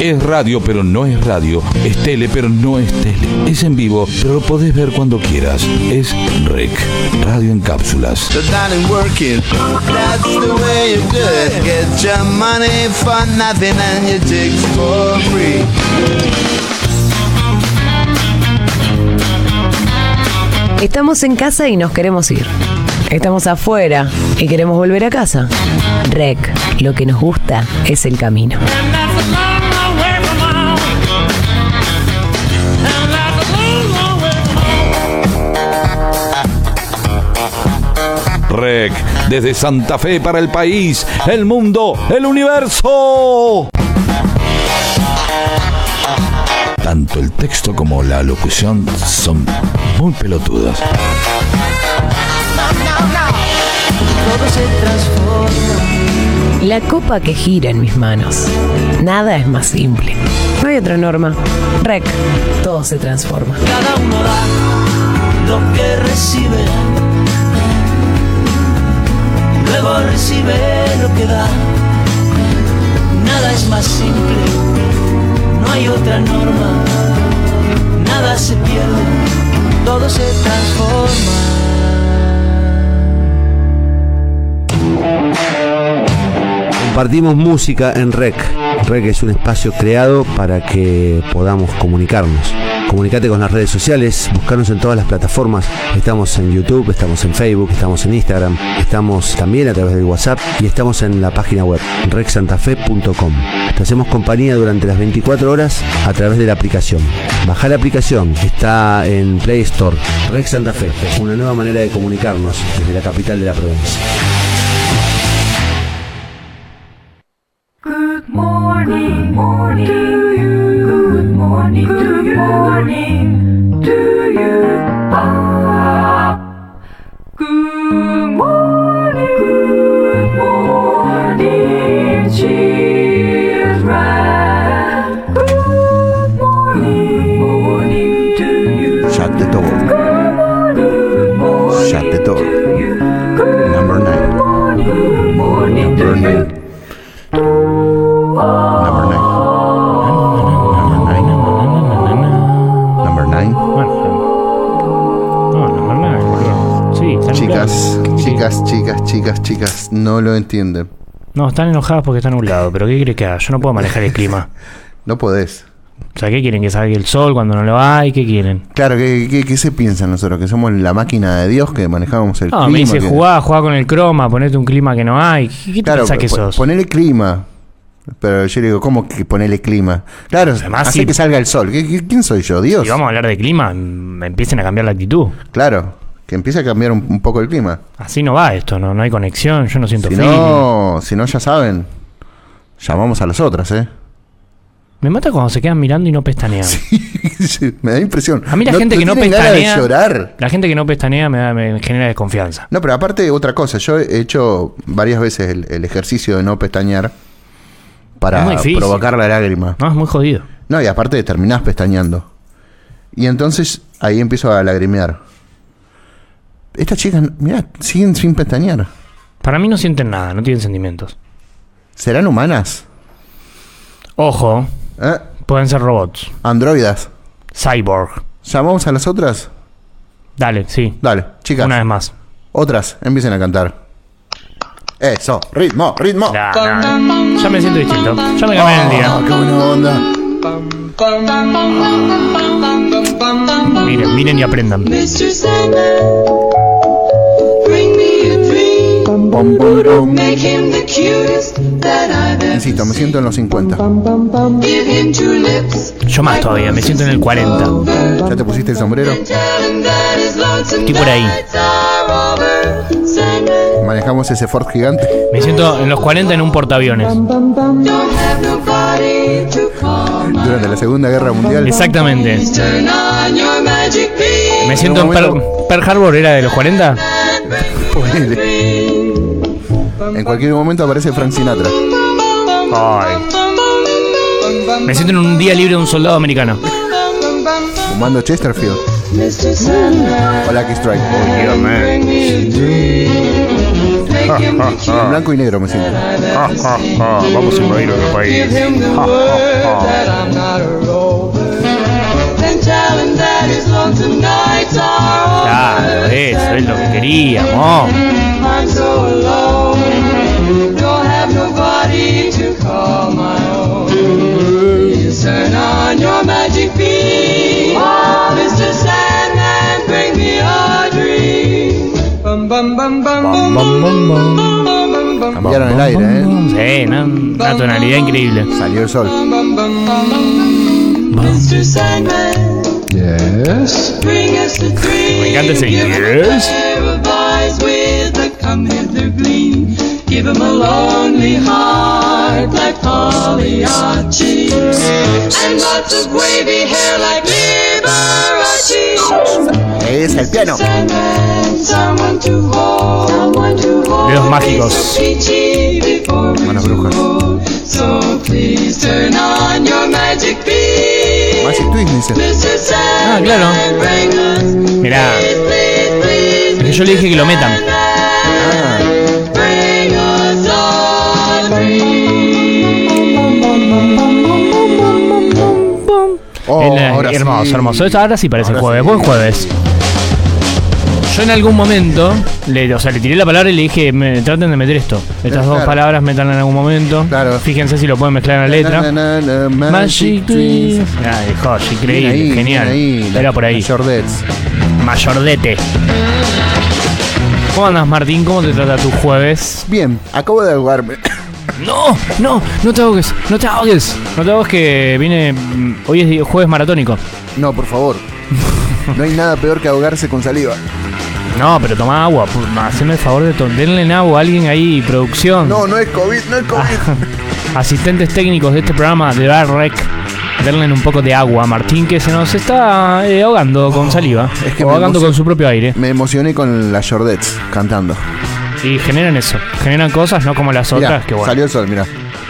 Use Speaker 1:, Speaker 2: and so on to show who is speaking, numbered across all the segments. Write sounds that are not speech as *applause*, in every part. Speaker 1: Es radio, pero no es radio. Es tele, pero no es tele. Es en vivo, pero lo podés ver cuando quieras. Es REC, Radio en Cápsulas.
Speaker 2: So darling, work it. That's the way you do it. Get your money for nothing and your chicks for free.
Speaker 3: Estamos en casa y nos queremos ir. Estamos afuera y queremos volver a casa. Rec, lo que nos gusta es el camino.
Speaker 4: And that's a long, long way from home. And that's a long, long way from home.
Speaker 1: REC, desde Santa Fe para el país, el mundo, el universo. Tanto el texto como la locución son muy pelotudas.
Speaker 3: La copa que gira en mis manos. Nada es más simple. No hay otra norma. Rec, todo se transforma.
Speaker 2: Cada uno da lo que recibe. Luego recibe lo que da. Nada es más simple. No hay otra norma. Nada se pierde. Todo se transforma.
Speaker 5: Compartimos música en REC. REC es un espacio creado para que podamos comunicarnos. Comunicate con las redes sociales, buscarnos en todas las plataformas. Estamos en YouTube, estamos en Facebook, estamos en Instagram, estamos también a través del WhatsApp y estamos en la página web recsantafe.com. Te hacemos compañía durante las 24 horas a través de la aplicación. Baja la aplicación, está en Play Store. Rec Santa Fe, una nueva manera de comunicarnos desde la capital de la provincia.
Speaker 6: Good morning, morning to you. Good morning, good morning to you. Ah. Good morning, good morning, children. Good morning, morning to you.
Speaker 5: Shut the door.
Speaker 6: Good morning, morning
Speaker 5: Shut the door.
Speaker 6: to you. Good
Speaker 5: Number nine.
Speaker 6: morning, good morning to you.
Speaker 5: Number nine. Number nine.
Speaker 7: Sí, están
Speaker 8: Chicas,
Speaker 7: nublados.
Speaker 8: chicas, chicas, chicas, chicas, no lo entienden.
Speaker 7: No, están enojadas porque están nublado, pero ¿qué crees que haga? Yo no puedo manejar
Speaker 8: *laughs*
Speaker 7: el clima.
Speaker 8: No podés.
Speaker 7: O sea, ¿qué quieren? ¿Que salga el sol cuando no lo hay? ¿Qué quieren?
Speaker 8: Claro, ¿qué, qué, qué se piensan nosotros? ¿Que somos la máquina de Dios que manejamos el
Speaker 7: No,
Speaker 8: clima?
Speaker 7: me dice
Speaker 8: que-
Speaker 7: jugá, jugá con el croma, ponete un clima que no hay. ¿Qué, qué te
Speaker 8: Claro,
Speaker 7: pensás que
Speaker 8: po-
Speaker 7: sos?
Speaker 8: ponele clima. Pero yo le digo, ¿cómo que ponele clima? Claro,
Speaker 7: Además,
Speaker 8: hace
Speaker 7: sí.
Speaker 8: que salga el sol. ¿Qué- qué- ¿Quién soy yo? Dios.
Speaker 7: Si vamos a hablar de clima, mm, empiecen a cambiar la actitud.
Speaker 8: Claro, que empiece a cambiar un, un poco el clima.
Speaker 7: Así no va esto, no, no hay conexión, yo no siento
Speaker 8: Si
Speaker 7: frío.
Speaker 8: no, si no, ya saben, llamamos a las otras,
Speaker 7: *laughs*
Speaker 8: ¿eh?
Speaker 7: Me mata cuando se quedan mirando y no pestanean.
Speaker 8: Sí, *laughs* me da impresión.
Speaker 7: A mí la gente
Speaker 8: te
Speaker 7: que no
Speaker 8: tienen ganas
Speaker 7: pestanea.
Speaker 8: de llorar.
Speaker 7: La gente que no pestanea me, da- me genera desconfianza.
Speaker 8: No, pero aparte otra cosa, yo he hecho varias veces el, el ejercicio de no pestañear para
Speaker 7: Es muy difícil.
Speaker 8: provocar la lágrima.
Speaker 7: No, es muy jodido.
Speaker 8: No, y aparte terminás pestañeando. Y entonces ahí empiezo a lagrimear. Estas chicas, mirá, siguen sin pestañear.
Speaker 7: Para mí no sienten nada, no tienen sentimientos.
Speaker 8: ¿Serán humanas?
Speaker 7: Ojo,
Speaker 8: ¿Eh?
Speaker 7: pueden ser robots.
Speaker 8: ¿Androidas?
Speaker 7: Cyborg.
Speaker 8: ¿Llamamos a las otras?
Speaker 7: Dale, sí.
Speaker 8: Dale, chicas.
Speaker 7: Una vez más.
Speaker 8: Otras, empiecen a cantar. Eso, ritmo, ritmo.
Speaker 7: Ya, no. Ah, Ya me siento distinto. Ya me cambié el
Speaker 8: Ah,
Speaker 7: día.
Speaker 8: qué buena onda.
Speaker 7: Miren, miren y aprendan.
Speaker 9: Mr. Sandman, bring me a dream.
Speaker 8: Pom, pom, pom.
Speaker 9: Make him the cutest that I've ever
Speaker 8: Insisto, me siento en los 50.
Speaker 9: seen. Give him two lips.
Speaker 7: Yo más todavía, me siento en el 40.
Speaker 8: ¿Ya te pusiste el sombrero?
Speaker 9: Tell him that his lonesome
Speaker 7: Estoy por ahí.
Speaker 9: nights are over. Sandman,
Speaker 8: Manejamos ese Ford gigante. *laughs*
Speaker 7: Me siento en los 40 en un portaaviones.
Speaker 9: don't have nobody to call my
Speaker 8: Durante la Segunda Guerra Mundial.
Speaker 7: Exactamente.
Speaker 9: Turn on your magic beam.
Speaker 7: Me siento en Pearl, Pearl Harbor, ¿era de los 40?
Speaker 8: Ponele. En cualquier momento aparece Frank Sinatra.
Speaker 7: Ay. Me siento en un día libre de un soldado americano.
Speaker 8: Fumando Chesterfield.
Speaker 9: Mr. Sandman,
Speaker 8: O Lucky Strike.
Speaker 9: bring me a dream.
Speaker 8: En blanco y negro me siento.
Speaker 7: Ah, ah, ah, Vamos a invadir otro
Speaker 9: Give
Speaker 7: país.
Speaker 9: him the
Speaker 7: Ah,
Speaker 9: word
Speaker 7: ah, ah.
Speaker 9: that I'm not a rover. Then tell him that his lonesome nights are over.
Speaker 7: Claro, eso es lo que queríamos.
Speaker 9: I'm so alone. Don't have nobody to call my own. Please turn on your magic beam. Oh, Mr. Sandman, bring me a dream. Bum, bum, bum, bum, bum, bum, bum, bum, bum, bum.
Speaker 8: Cambiaron el aire, ¿eh?
Speaker 7: Sí, una, una tonalidad increíble.
Speaker 8: Salió el sol.
Speaker 9: Mr. Sandman,
Speaker 8: Yes.
Speaker 9: bring us the dream.
Speaker 7: Me encanta ese
Speaker 9: Give
Speaker 7: yes.
Speaker 9: pair of eyes with a come hither gleam. Give him a lonely heart like Pagliacci. And lots of wavy hair like Liberace.
Speaker 8: Es el piano.
Speaker 9: Sandman, someone to hold. Someone to hold.
Speaker 7: Dedos mágicos.
Speaker 9: Peachy before we're
Speaker 8: Manos
Speaker 9: too
Speaker 8: brujas.
Speaker 9: old. So please turn on your magic beam.
Speaker 8: Magic Twist, dice.
Speaker 9: Mr.
Speaker 7: Ah,
Speaker 9: Sandman,
Speaker 7: claro.
Speaker 9: bring us.
Speaker 7: Mirá,
Speaker 9: Please, please,
Speaker 7: es que yo le dije que lo metan.
Speaker 8: Ah,
Speaker 9: bring us all
Speaker 8: oh,
Speaker 7: Es la-
Speaker 8: ahora
Speaker 7: hermoso,
Speaker 8: sí.
Speaker 7: hermoso. Esto ahora sí parece
Speaker 8: Ahora
Speaker 7: jueves.
Speaker 8: sí.
Speaker 7: Buen jueves. Yo en algún momento, le, o sea, le tiré la palabra y le dije, me, traten de meter esto. Estas
Speaker 8: Claro,
Speaker 7: dos
Speaker 8: claro.
Speaker 7: palabras metan en algún momento.
Speaker 8: Claro.
Speaker 7: Fíjense si lo pueden mezclar en la letra.
Speaker 8: Na, na, na, na,
Speaker 7: Magic Twist. Ay, Josh, increíble,
Speaker 8: Bien ahí,
Speaker 7: genial.
Speaker 8: bien ahí, la-
Speaker 7: Era por ahí.
Speaker 8: la Jordets.
Speaker 7: Mayordete. ¿Cómo andas, Martín? ¿Cómo te trata tu jueves?
Speaker 8: Bien, acabo de ahogarme. *coughs*
Speaker 7: No, no, no te ahogues, no te ahogues. No te ahogues que viene. mm, Hoy es di- jueves maratónico.
Speaker 8: No, por favor. No hay nada peor que ahogarse con saliva.
Speaker 7: No, pero toma agua. pu- Haceme el favor de to- denle en agua a alguien ahí, producción.
Speaker 8: No, no es COVID, no es COVID.
Speaker 7: *laughs* Asistentes técnicos de este programa de Bar Rec. Denle un poco de agua a Martín que se nos está eh, ahogando con saliva.
Speaker 8: es que
Speaker 7: o
Speaker 8: me
Speaker 7: ahogando
Speaker 8: emociono.
Speaker 7: con su propio aire.
Speaker 8: Me emocioné con las Jordets cantando.
Speaker 7: Y generan eso. Generan cosas, no como las
Speaker 8: Mirá,
Speaker 7: otras que bueno.
Speaker 8: salió el sol, mira.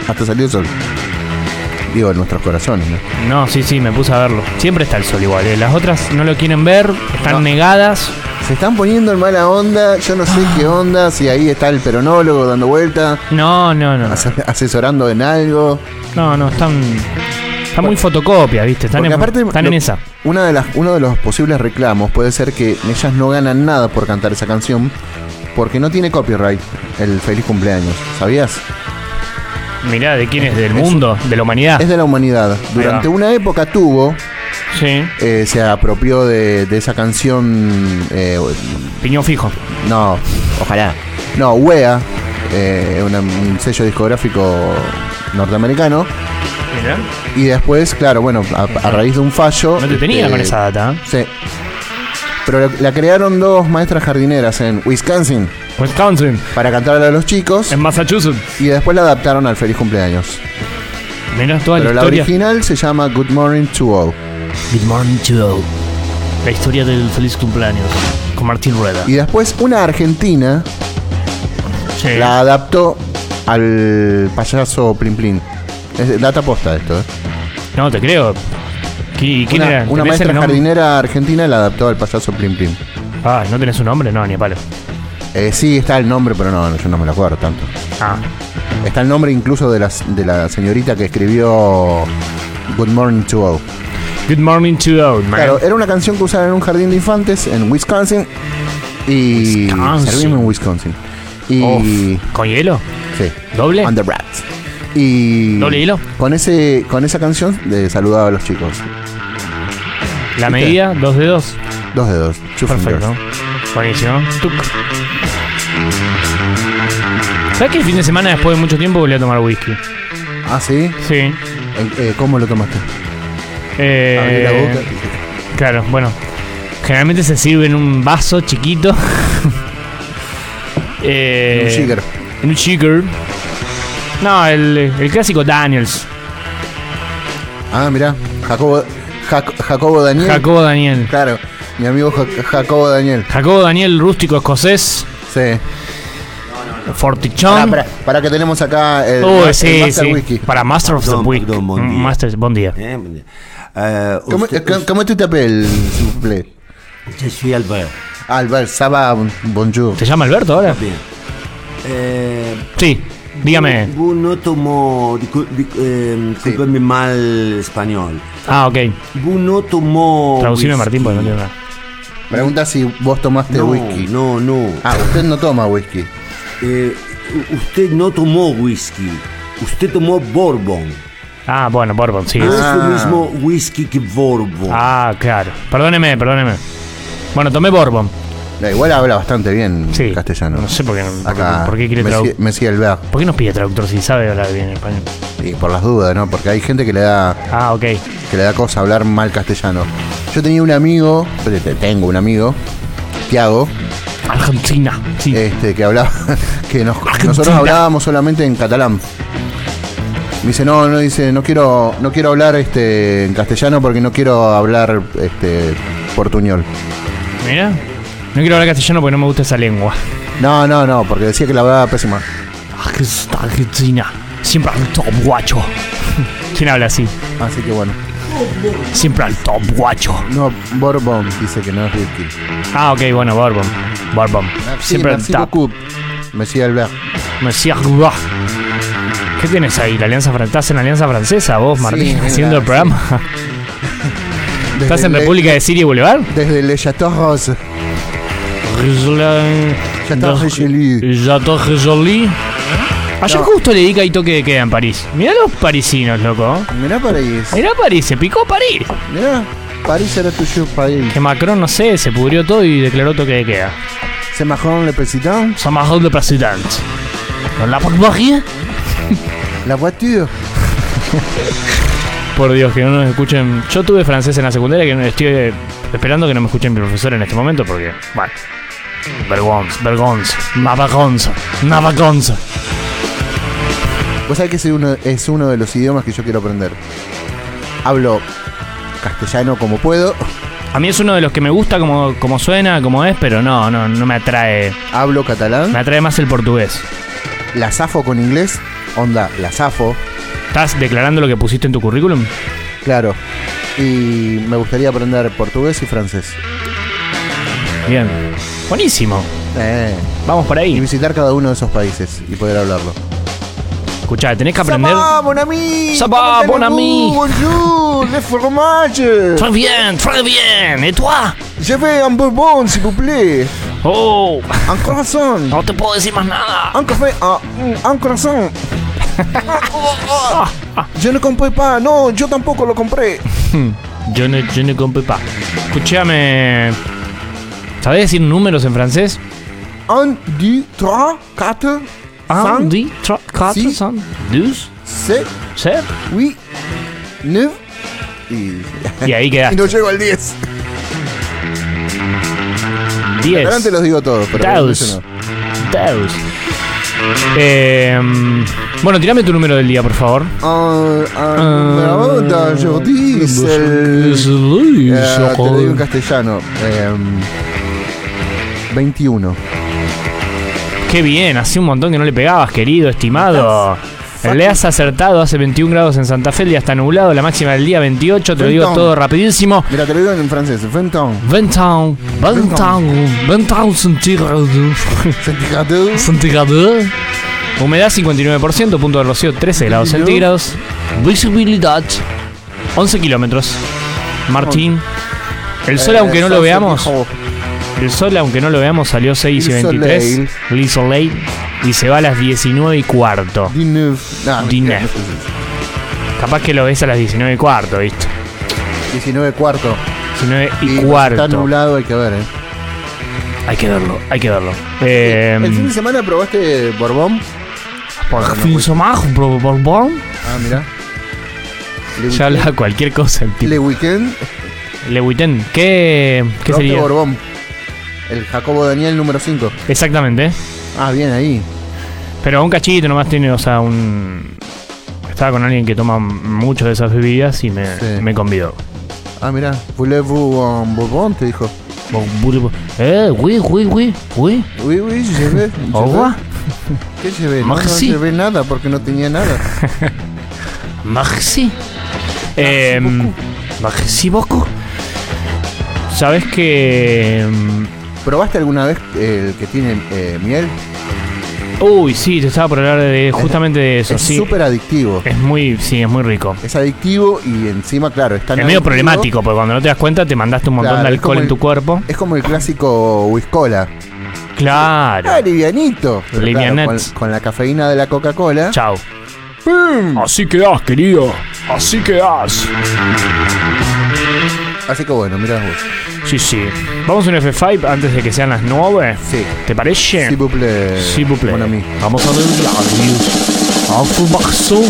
Speaker 8: Hasta salió el sol. Digo, en nuestros corazones, ¿no?
Speaker 7: No, sí, sí, me puse a verlo. Siempre está el sol igual. eh. Las otras no lo quieren ver, están negadas.
Speaker 8: Se están poniendo en mala onda, yo no sé qué onda, si ahí está el peronólogo dando vuelta,
Speaker 7: No, no, no.
Speaker 8: as- asesorando en algo.
Speaker 7: No, no, están. Están muy fotocopias, ¿viste? Están,
Speaker 8: Porque
Speaker 7: en,
Speaker 8: aparte,
Speaker 7: están
Speaker 8: lo-
Speaker 7: en esa.
Speaker 8: Una de las, uno de los posibles reclamos puede ser que ellas no ganan nada por cantar esa canción porque no tiene copyright el feliz cumpleaños, ¿sabías?
Speaker 7: Mirá, ¿de quién es? ¿Del
Speaker 8: Es-
Speaker 7: mundo? ¿De la humanidad?
Speaker 8: Es de la humanidad. Durante una época tuvo,
Speaker 7: Sí.
Speaker 8: eh, se apropió de, de esa canción, eh,
Speaker 7: Piñón fijo.
Speaker 8: no, ojalá, no, WEA, eh, una- un sello discográfico norteamericano,
Speaker 7: Mirá.
Speaker 8: Y después, claro, bueno, a, a raíz de un fallo.
Speaker 7: No te tenía
Speaker 8: este,
Speaker 7: con esa data. ¿eh?
Speaker 8: Sí. Pero la, la crearon dos maestras jardineras en Wisconsin
Speaker 7: Wisconsin,
Speaker 8: para cantarla a los chicos
Speaker 7: en Massachusetts.
Speaker 8: y después la adaptaron al Feliz Cumpleaños.
Speaker 7: Mirá toda
Speaker 8: Pero
Speaker 7: la
Speaker 8: la
Speaker 7: historia.
Speaker 8: original se llama Good Morning to All.
Speaker 7: Good morning to all. La historia del feliz cumpleaños con Martín Rueda.
Speaker 8: Y después una argentina
Speaker 7: Sí.
Speaker 8: la adaptó al payaso Plin Plin. Es de- data posta esto, ¿eh?
Speaker 7: No, te creo. ¿Qui- ¿Quién
Speaker 8: Una,
Speaker 7: era?
Speaker 8: una
Speaker 7: ¿Tenés el
Speaker 8: maestra
Speaker 7: nombre?
Speaker 8: jardinera argentina la adaptó al payaso Plin Plin.
Speaker 7: Ah, ¿no tenés un nombre? No, ni a palo.
Speaker 8: Eh, sí, está el nombre, pero no, no, yo no me lo acuerdo tanto.
Speaker 7: Ah,
Speaker 8: Está el nombre incluso de la, de la señorita que escribió Good Morning to All.
Speaker 7: Good morning to all, man.
Speaker 8: Claro, era una canción que usaban en un jardín de infantes en Wisconsin. Y.
Speaker 7: Wisconsin.
Speaker 8: Servimos en Wisconsin. Y.
Speaker 7: Uf, ¿Con hielo?
Speaker 8: Sí.
Speaker 7: ¿Doble?
Speaker 8: On the Rats. Y.
Speaker 7: ¿Doble hilo?
Speaker 8: Con, ese, con esa canción le saludaba a los chicos.
Speaker 7: ¿La medida? ¿Dos dedos?
Speaker 8: Dos dedos. Two
Speaker 7: Perfecto.
Speaker 8: fingers.
Speaker 7: Buenísimo. Tuc. ¿Sabes que el fin de semana, después de mucho tiempo, volví a tomar whisky?
Speaker 8: Ah, sí.
Speaker 7: Sí.
Speaker 8: Eh, eh, ¿Cómo lo tomaste? Abrí la
Speaker 7: Eh,
Speaker 8: boca.
Speaker 7: claro, bueno. Generalmente se sirve en un vaso chiquito. *laughs* Eh,
Speaker 8: Un shaker.
Speaker 7: En un shaker. No, el, el clásico Daniels.
Speaker 8: Ah, mirá. Jacobo, Jac- Jacobo Daniel.
Speaker 7: Jacobo Daniel.
Speaker 8: Claro. Mi amigo Ja- Jacobo Daniel.
Speaker 7: Jacobo Daniel, rústico escocés.
Speaker 8: Sí.
Speaker 7: Fortichón.
Speaker 8: para, que tenemos acá el,
Speaker 7: Ah. Uy,
Speaker 8: el
Speaker 7: sí,
Speaker 8: Master
Speaker 7: sí.
Speaker 8: Whisky.
Speaker 7: Para Master of the
Speaker 10: Perdón,
Speaker 7: Whisky.
Speaker 10: perdón, buen día.
Speaker 7: Master, buen día.
Speaker 10: Eh, eh,
Speaker 8: ¿Cómo,
Speaker 10: usted-
Speaker 8: eh, cómo te apel, s'il vous plaît?
Speaker 10: Je suis Albert.
Speaker 8: Ah, Albert, ça va, bonjour.
Speaker 7: ¿Te llama Alberto ahora?
Speaker 10: Bien.
Speaker 5: Eh,
Speaker 7: Sí, dígame.
Speaker 5: Gu no tomó, discul- di- eh, disculpenme mal español.
Speaker 7: Ah, ok.
Speaker 5: Gu no tomó.
Speaker 7: Traducime
Speaker 5: whisky.
Speaker 7: Martín porque no entiendo nada.
Speaker 8: Pregunta si vos tomaste
Speaker 5: No,
Speaker 8: whisky.
Speaker 5: No, no.
Speaker 8: Ah, usted no toma whisky.
Speaker 5: Eh, u- usted no tomó whisky. Usted tomó bourbon.
Speaker 7: Ah, bueno, Bourbon, sí.
Speaker 5: No
Speaker 7: es-
Speaker 5: es lo mismo whisky que bourbon.
Speaker 7: Ah, claro. Perdóneme, perdóneme. Bueno, tomé Bourbon.
Speaker 8: No, igual habla bastante bien
Speaker 7: Sí.
Speaker 8: castellano.
Speaker 7: No sé por qué, por qué-
Speaker 8: Acá,
Speaker 7: por qué quiere
Speaker 8: Messi-
Speaker 7: traducir.
Speaker 8: Messi Elber.
Speaker 7: ¿Por qué nos pide traductor si sabe hablar bien español?
Speaker 8: Y por las dudas, ¿no? Porque hay gente que le da
Speaker 7: Ah, ok.
Speaker 8: que le da cosa hablar mal castellano. Yo tenía un amigo, te- te- tengo un amigo, Tiago,
Speaker 7: Argentina. Sí.
Speaker 8: este, que hablaba, *laughs* que nos-
Speaker 7: Argentina.
Speaker 8: nosotros hablábamos solamente en catalán. Me dice, no, no, dice, no quiero, no quiero hablar este en castellano porque no quiero hablar este portuñol.
Speaker 7: Mira. No quiero hablar castellano porque no me gusta esa lengua.
Speaker 8: No, no, no, porque decía que la hablaba pésima.
Speaker 7: Argentina. Siempre al top guacho. *laughs* ¿Quién habla así?
Speaker 8: Así que bueno.
Speaker 7: Siempre al top guacho.
Speaker 8: No, Borbón dice que no es whisky.
Speaker 7: Ah, ok, bueno, Bourbon. Bourbon. Siempre al
Speaker 8: Merci
Speaker 7: top.
Speaker 8: beaucoup, Monsieur Albert.
Speaker 7: Monsieur Roy. ¿Qué tienes ahí? ¿La Alianza Fran- ¿Estás en la Alianza Francesa vos, Martín,
Speaker 8: en
Speaker 7: haciendo
Speaker 8: la-
Speaker 7: el programa? ¿Estás
Speaker 8: Desde
Speaker 7: en
Speaker 8: Le-
Speaker 7: República de Siria y Boulevard?
Speaker 8: Desde Le Chateau Rose. Chateau Richelieu.
Speaker 7: Chateau Jolie. Ayer justo le di que hay toque de queda en París. Mirá los parisinos, loco.
Speaker 8: Mirá París.
Speaker 7: Mirá París, se picó París.
Speaker 8: Mirá, París era tuyo, París.
Speaker 7: Que Macron, no sé, se pudrió todo y declaró toque de queda.
Speaker 8: Se majón le président.
Speaker 7: Samajón de presidente. ¿No la Pacmagia?
Speaker 8: La voiture.
Speaker 7: Por Dios, que no nos escuchen. Yo tuve francés en la secundaria, que no- estoy eh, esperando que no me escuchen mi profesor en este momento, porque, bueno. Vergonza, vergonza, navagonza, navagonza.
Speaker 8: Vos sabés que ese uno, es uno de los idiomas que yo quiero aprender. Hablo castellano como puedo.
Speaker 7: A mí es uno de los que me gusta como, como suena, como es, pero no, no, no me atrae.
Speaker 8: Hablo
Speaker 7: Me
Speaker 8: catalán.
Speaker 7: atrae más el portugués.
Speaker 8: La zafo con inglés. Onda, la zafo.
Speaker 7: ¿Estás declarando lo que pusiste en tu currículum?
Speaker 8: Claro. Y me gustaría aprender portugués y francés.
Speaker 7: Bien. Buenísimo.
Speaker 8: Eh,
Speaker 7: Vamos por
Speaker 8: Y
Speaker 7: ahí.
Speaker 8: visitar cada uno de esos países y poder hablarlo.
Speaker 7: Escuchá, tenés que aprender.
Speaker 8: va, mon ami!
Speaker 7: Ça va,
Speaker 8: Comment
Speaker 7: mon ami?
Speaker 8: allez-vous? Bonjour, le fromage!
Speaker 7: *laughs* Très bien, très bien. ¿Y Ah. toi?
Speaker 8: Je veux un bourbon, s'il vous plaît!
Speaker 7: Oh,
Speaker 8: Un croissant!
Speaker 7: no te puedo decir más nada.
Speaker 8: Un café, ah, mm,
Speaker 7: *laughs*
Speaker 8: un croissant. Yo no compré pan, no, yo tampoco lo compré.
Speaker 7: Yo no, yo no compré pa. Escuchame. ¿Sabés decir números en francés?
Speaker 8: Un, deux, trois, quatre, cinq,
Speaker 7: deux, trois, quatre,
Speaker 8: six,
Speaker 7: cinq, douze,
Speaker 8: sept,
Speaker 7: sept.
Speaker 8: huit, neuf. Y,
Speaker 7: Y ahí
Speaker 8: *laughs* y
Speaker 7: quedaste.
Speaker 8: no llego al 10.
Speaker 7: Diez.
Speaker 8: Adelante los digo todos, pero
Speaker 7: Daus.
Speaker 8: no.
Speaker 7: Daus. Eh, bueno, tirame tu número del día, por favor.
Speaker 8: Un, un, Ah,
Speaker 7: Ah,
Speaker 8: la onda, yo dice el- Eh, te lo digo en castellano. em, 21.
Speaker 7: Qué bien, hace un montón que no le pegabas, querido, estimado. Le has acertado, hace 21 grados en Santa Fe, el día está nublado, la máxima del día 28, te lo digo
Speaker 8: Ventón.
Speaker 7: todo rapidísimo.
Speaker 8: Mira, te lo digo en francés. 21.
Speaker 7: *laughs* 21, 21, 21 centígrados.
Speaker 8: Centígrados.
Speaker 7: centígrados. Humedad 59%, punto de rocío 13 grados centígrados. Visibilidad 11 kilómetros. Martín. El sol,
Speaker 8: Eh,
Speaker 7: aunque no lo
Speaker 8: sos
Speaker 7: veamos,
Speaker 8: hijo.
Speaker 7: el sol, aunque no lo veamos, salió 6 y
Speaker 8: El
Speaker 7: 23.
Speaker 8: soleil.
Speaker 7: El soleil. Y se va a las 19 y cuarto.
Speaker 8: 19. Nah,
Speaker 7: 19. Capaz que lo ves a las 19 y cuarto, ¿viste?
Speaker 8: 19 cuarto.
Speaker 7: 19 y,
Speaker 8: Y Está
Speaker 7: cuarto.
Speaker 8: nublado, hay que ver, eh.
Speaker 7: Hay que verlo, hay que verlo. Eh,
Speaker 8: ¿El fin de semana probaste Borbón?
Speaker 7: por
Speaker 8: Ah, no, no
Speaker 7: fin
Speaker 8: fui.
Speaker 7: somos, por- por- por-
Speaker 8: Ah, mira. Le
Speaker 7: Ya habla cualquier cosa el tipo.
Speaker 8: Le Weekend.
Speaker 7: Le Witten, ¿qué, qué
Speaker 8: probaste
Speaker 7: sería?
Speaker 8: Borbón. El Jacobo Daniel número 5.
Speaker 7: Exactamente.
Speaker 8: Ah, bien ahí.
Speaker 7: Pero un cachito nomás tiene, o sea, un. Estaba con alguien que toma mucho de esas bebidas y me,
Speaker 8: Sí.
Speaker 7: me convidó.
Speaker 8: Ah, mira. Voulez-vous un Bourbon? Te dijo.
Speaker 7: Eh, oui, oui, oui, oui.
Speaker 8: Oui, oui, llevé.
Speaker 7: Au revoir.
Speaker 8: *laughs* ¿Qué llevé? No, no
Speaker 7: Merci.
Speaker 8: llevé nada porque no tenía nada.
Speaker 7: *laughs* Maxi. Eh, Maxi Boku. Sabes que. mm,
Speaker 8: ¿Probaste alguna vez el que tiene eh, miel?
Speaker 7: Uy, sí, te estaba por hablar de justamente de eso.
Speaker 8: Es
Speaker 7: sí.
Speaker 8: súper adictivo.
Speaker 7: Es muy, sí, es muy rico.
Speaker 8: Es adictivo y encima, claro, está
Speaker 7: Es medio problemático, porque cuando no te das cuenta te mandaste un montón de alcohol en tu cuerpo.
Speaker 8: Es como el clásico whiskola.
Speaker 7: Claro.
Speaker 8: Ah, livianito. Pero
Speaker 7: Livianet.
Speaker 8: con, con la cafeína de la Coca-Cola.
Speaker 7: Chao.
Speaker 11: Así quedás, querido. Así quedás.
Speaker 8: Así que bueno, mirá vos.
Speaker 7: Sí, sí. Vamos a un F5 antes de que sean las 9.
Speaker 8: Sí.
Speaker 7: ¿Te parece?
Speaker 8: S'il vous plaît.
Speaker 7: Sí, buple.
Speaker 8: Mon ami.
Speaker 7: Vamos a ver la información.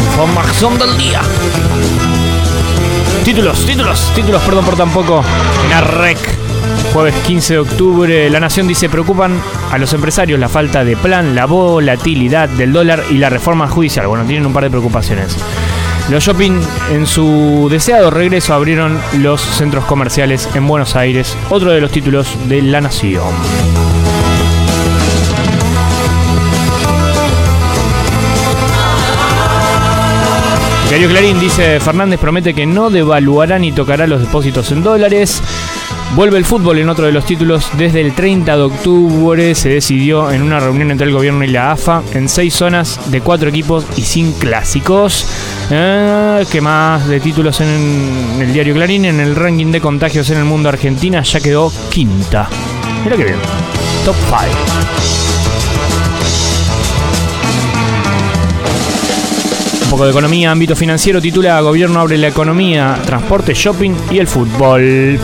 Speaker 7: Información del día. Títulos, títulos, títulos, perdón por tampoco. En ARREC. Jueves 15 de octubre, La Nación dice preocupan a los empresarios la falta de plan, la volatilidad del dólar y la reforma judicial. Bueno, tienen un par de preocupaciones. Los shopping en su deseado regreso abrieron los centros comerciales en Buenos Aires, otro de los títulos de La Nación. Diario Clarín dice, Fernández promete que no devaluará ni tocará los depósitos en dólares. Vuelve el fútbol en otro de los títulos. Desde el 30 de octubre se decidió en una reunión entre el gobierno y la AFA en seis zonas de cuatro equipos y sin clásicos. Eh, ¿Qué más de títulos en el diario Clarín? En el ranking de contagios en el mundo Argentina ya quedó quinta. Mira qué bien. Top 5. Un poco de economía, ámbito financiero, titula Gobierno abre la economía, transporte, shopping y el fútbol.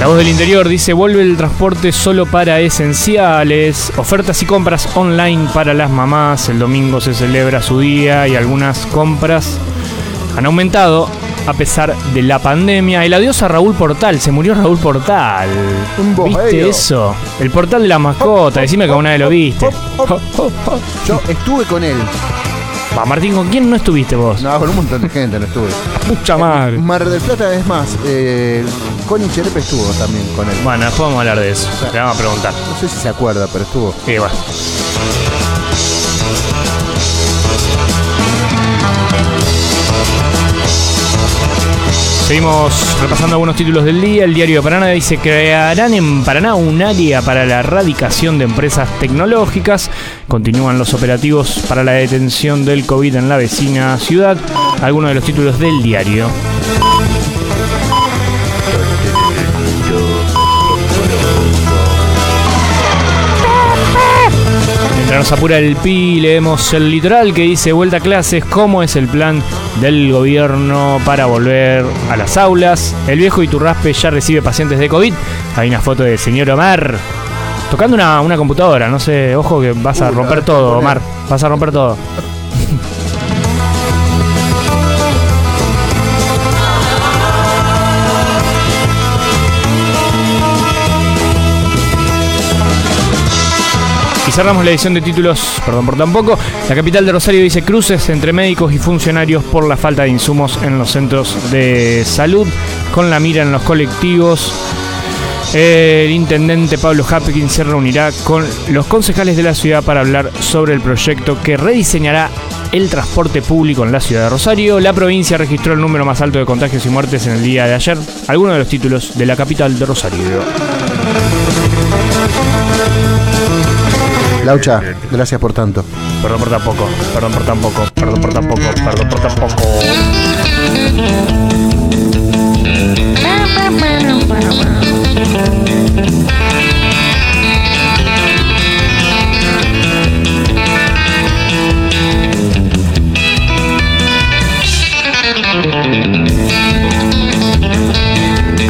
Speaker 7: La voz del interior dice, vuelve el transporte solo para esenciales, ofertas y compras online para las mamás, el domingo se celebra su día y algunas compras han aumentado a pesar de la pandemia. El adiós a Raúl Portal, se murió Raúl Portal.
Speaker 8: Un
Speaker 7: ¿Viste
Speaker 8: bohemio.
Speaker 7: eso? El portal de la mascota, decime que alguna vez lo viste.
Speaker 8: Yo estuve con él.
Speaker 7: Va, Martín, ¿con quién no estuviste vos?
Speaker 8: No, con un montón de gente no estuve.
Speaker 7: Mucha madre.
Speaker 8: Mar del Plata es más. Eh, Connie Cherepe estuvo también con él.
Speaker 7: Bueno, después vamos a hablar de eso. Le vamos a preguntar.
Speaker 8: No sé si se acuerda, pero estuvo.
Speaker 7: Sí, bueno. Seguimos repasando algunos títulos del día. El diario de Paraná dice crearán en Paraná un área para la erradicación de empresas tecnológicas. Continúan los operativos para la detención del COVID en la vecina ciudad. Algunos de los títulos del diario. Mientras nos apura el PI, leemos el litoral que dice vuelta a clases, cómo es el plan del gobierno para volver a las aulas. El viejo Iturraspe ya recibe pacientes de COVID. Hay una foto del señor Omar tocando una, una computadora, no sé, ojo que vas a
Speaker 8: Uy,
Speaker 7: romper
Speaker 8: la-
Speaker 7: todo, Omar, vas a romper todo. Y cerramos la edición de títulos, perdón por tampoco. La capital de Rosario dice cruces entre médicos y funcionarios por la falta de insumos en los centros de salud, con la mira en los colectivos. El intendente Pablo Hapkin se reunirá con los concejales de la ciudad para hablar sobre el proyecto que rediseñará el transporte público en la ciudad de Rosario. La provincia registró el número más alto de contagios y muertes en el día de ayer. Algunos de los títulos de la capital de Rosario.
Speaker 8: Laucha, gracias por tanto.
Speaker 7: Perdón por tampoco, perdón por tampoco, perdón por tampoco, perdón por tampoco.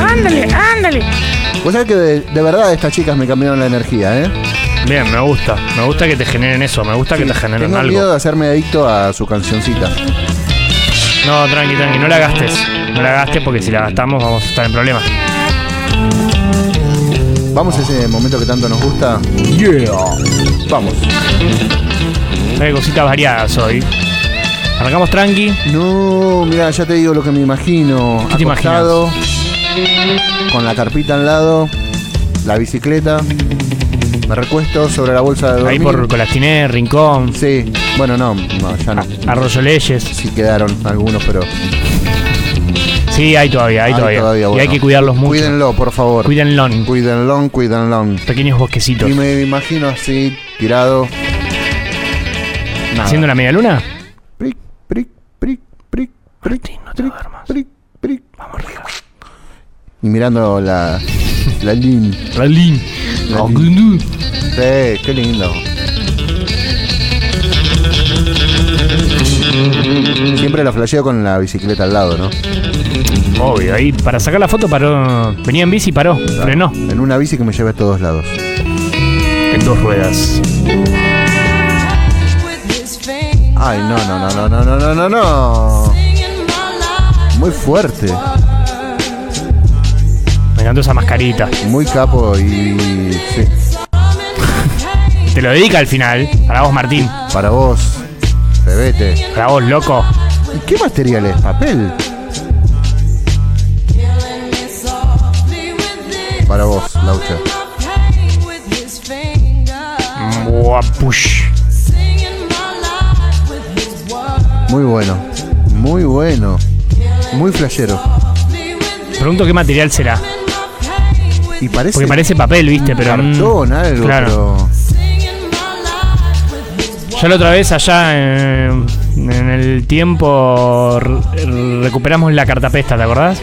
Speaker 4: Ándale, ándale.
Speaker 8: Vos sabés que de, de verdad estas chicas me cambiaron la energía, ¿eh?
Speaker 7: Bien, me gusta, me gusta que te generen eso, me gusta que te generen
Speaker 8: Tengo
Speaker 7: algo.
Speaker 8: miedo de hacerme adicto a su cancioncita.
Speaker 7: No, tranqui, tranqui, no la gastes, no la gastes porque si la gastamos vamos a estar en problemas.
Speaker 8: Vamos a ese momento que tanto nos gusta.
Speaker 11: Yeah.
Speaker 8: Vamos.
Speaker 7: Hay cositas variadas hoy. Arrancamos tranqui,
Speaker 8: No, mira, ya te digo lo que me imagino.
Speaker 7: ¿Qué te
Speaker 8: Acostado, con la carpita al lado, la bicicleta. Me recuesto sobre la bolsa de dormir.
Speaker 7: Ahí por Colastiné, Rincón.
Speaker 8: Sí, bueno, no, no ya no.
Speaker 7: Arroyo Leyes.
Speaker 8: Sí quedaron algunos, pero...
Speaker 7: Sí, hay todavía, hay, todavía. y hay
Speaker 8: bueno.
Speaker 7: que cuidarlos mucho.
Speaker 8: Cuídenlo, por favor.
Speaker 7: Cuídenlo.
Speaker 8: Cuídenlo, cuídenlo.
Speaker 7: Pequeños bosquecitos.
Speaker 8: Y me imagino así, tirado. Nada.
Speaker 7: ¿Haciendo una media luna?
Speaker 8: Pric, pric, pric, pric, pric, pric, pric, pric. Y mirando la. La lin.
Speaker 7: La lin.
Speaker 8: La lin. Sí, qué lindo. Siempre la flasheo con la bicicleta al lado, ¿no?
Speaker 7: Obvio, ahí para sacar la foto paró. Venía en bici y paró. Frenó.
Speaker 8: En una bici que me lleve a todos lados.
Speaker 7: En dos ruedas.
Speaker 8: Ay, no, no, no, no, no, no, no, no, no. Muy fuerte.
Speaker 7: Me encantó esa mascarita.
Speaker 8: Muy capo y. Sí.
Speaker 7: Te lo dedica al final. Para vos, Martín.
Speaker 8: Para vos, bebete.
Speaker 7: Para vos, loco.
Speaker 8: ¿Y qué material es? ¿Papel? Para vos, Laucha.
Speaker 7: Guapush.
Speaker 8: Muy bueno. Muy bueno. Muy flashero.
Speaker 7: Pregunto qué material será.
Speaker 8: Y parece.
Speaker 7: Porque parece papel, viste, pero. mm,
Speaker 8: Cartón, algo,
Speaker 7: claro.
Speaker 8: pero.
Speaker 7: Yo la otra vez allá en, en el tiempo re- recuperamos la cartapesta, ¿te acordás?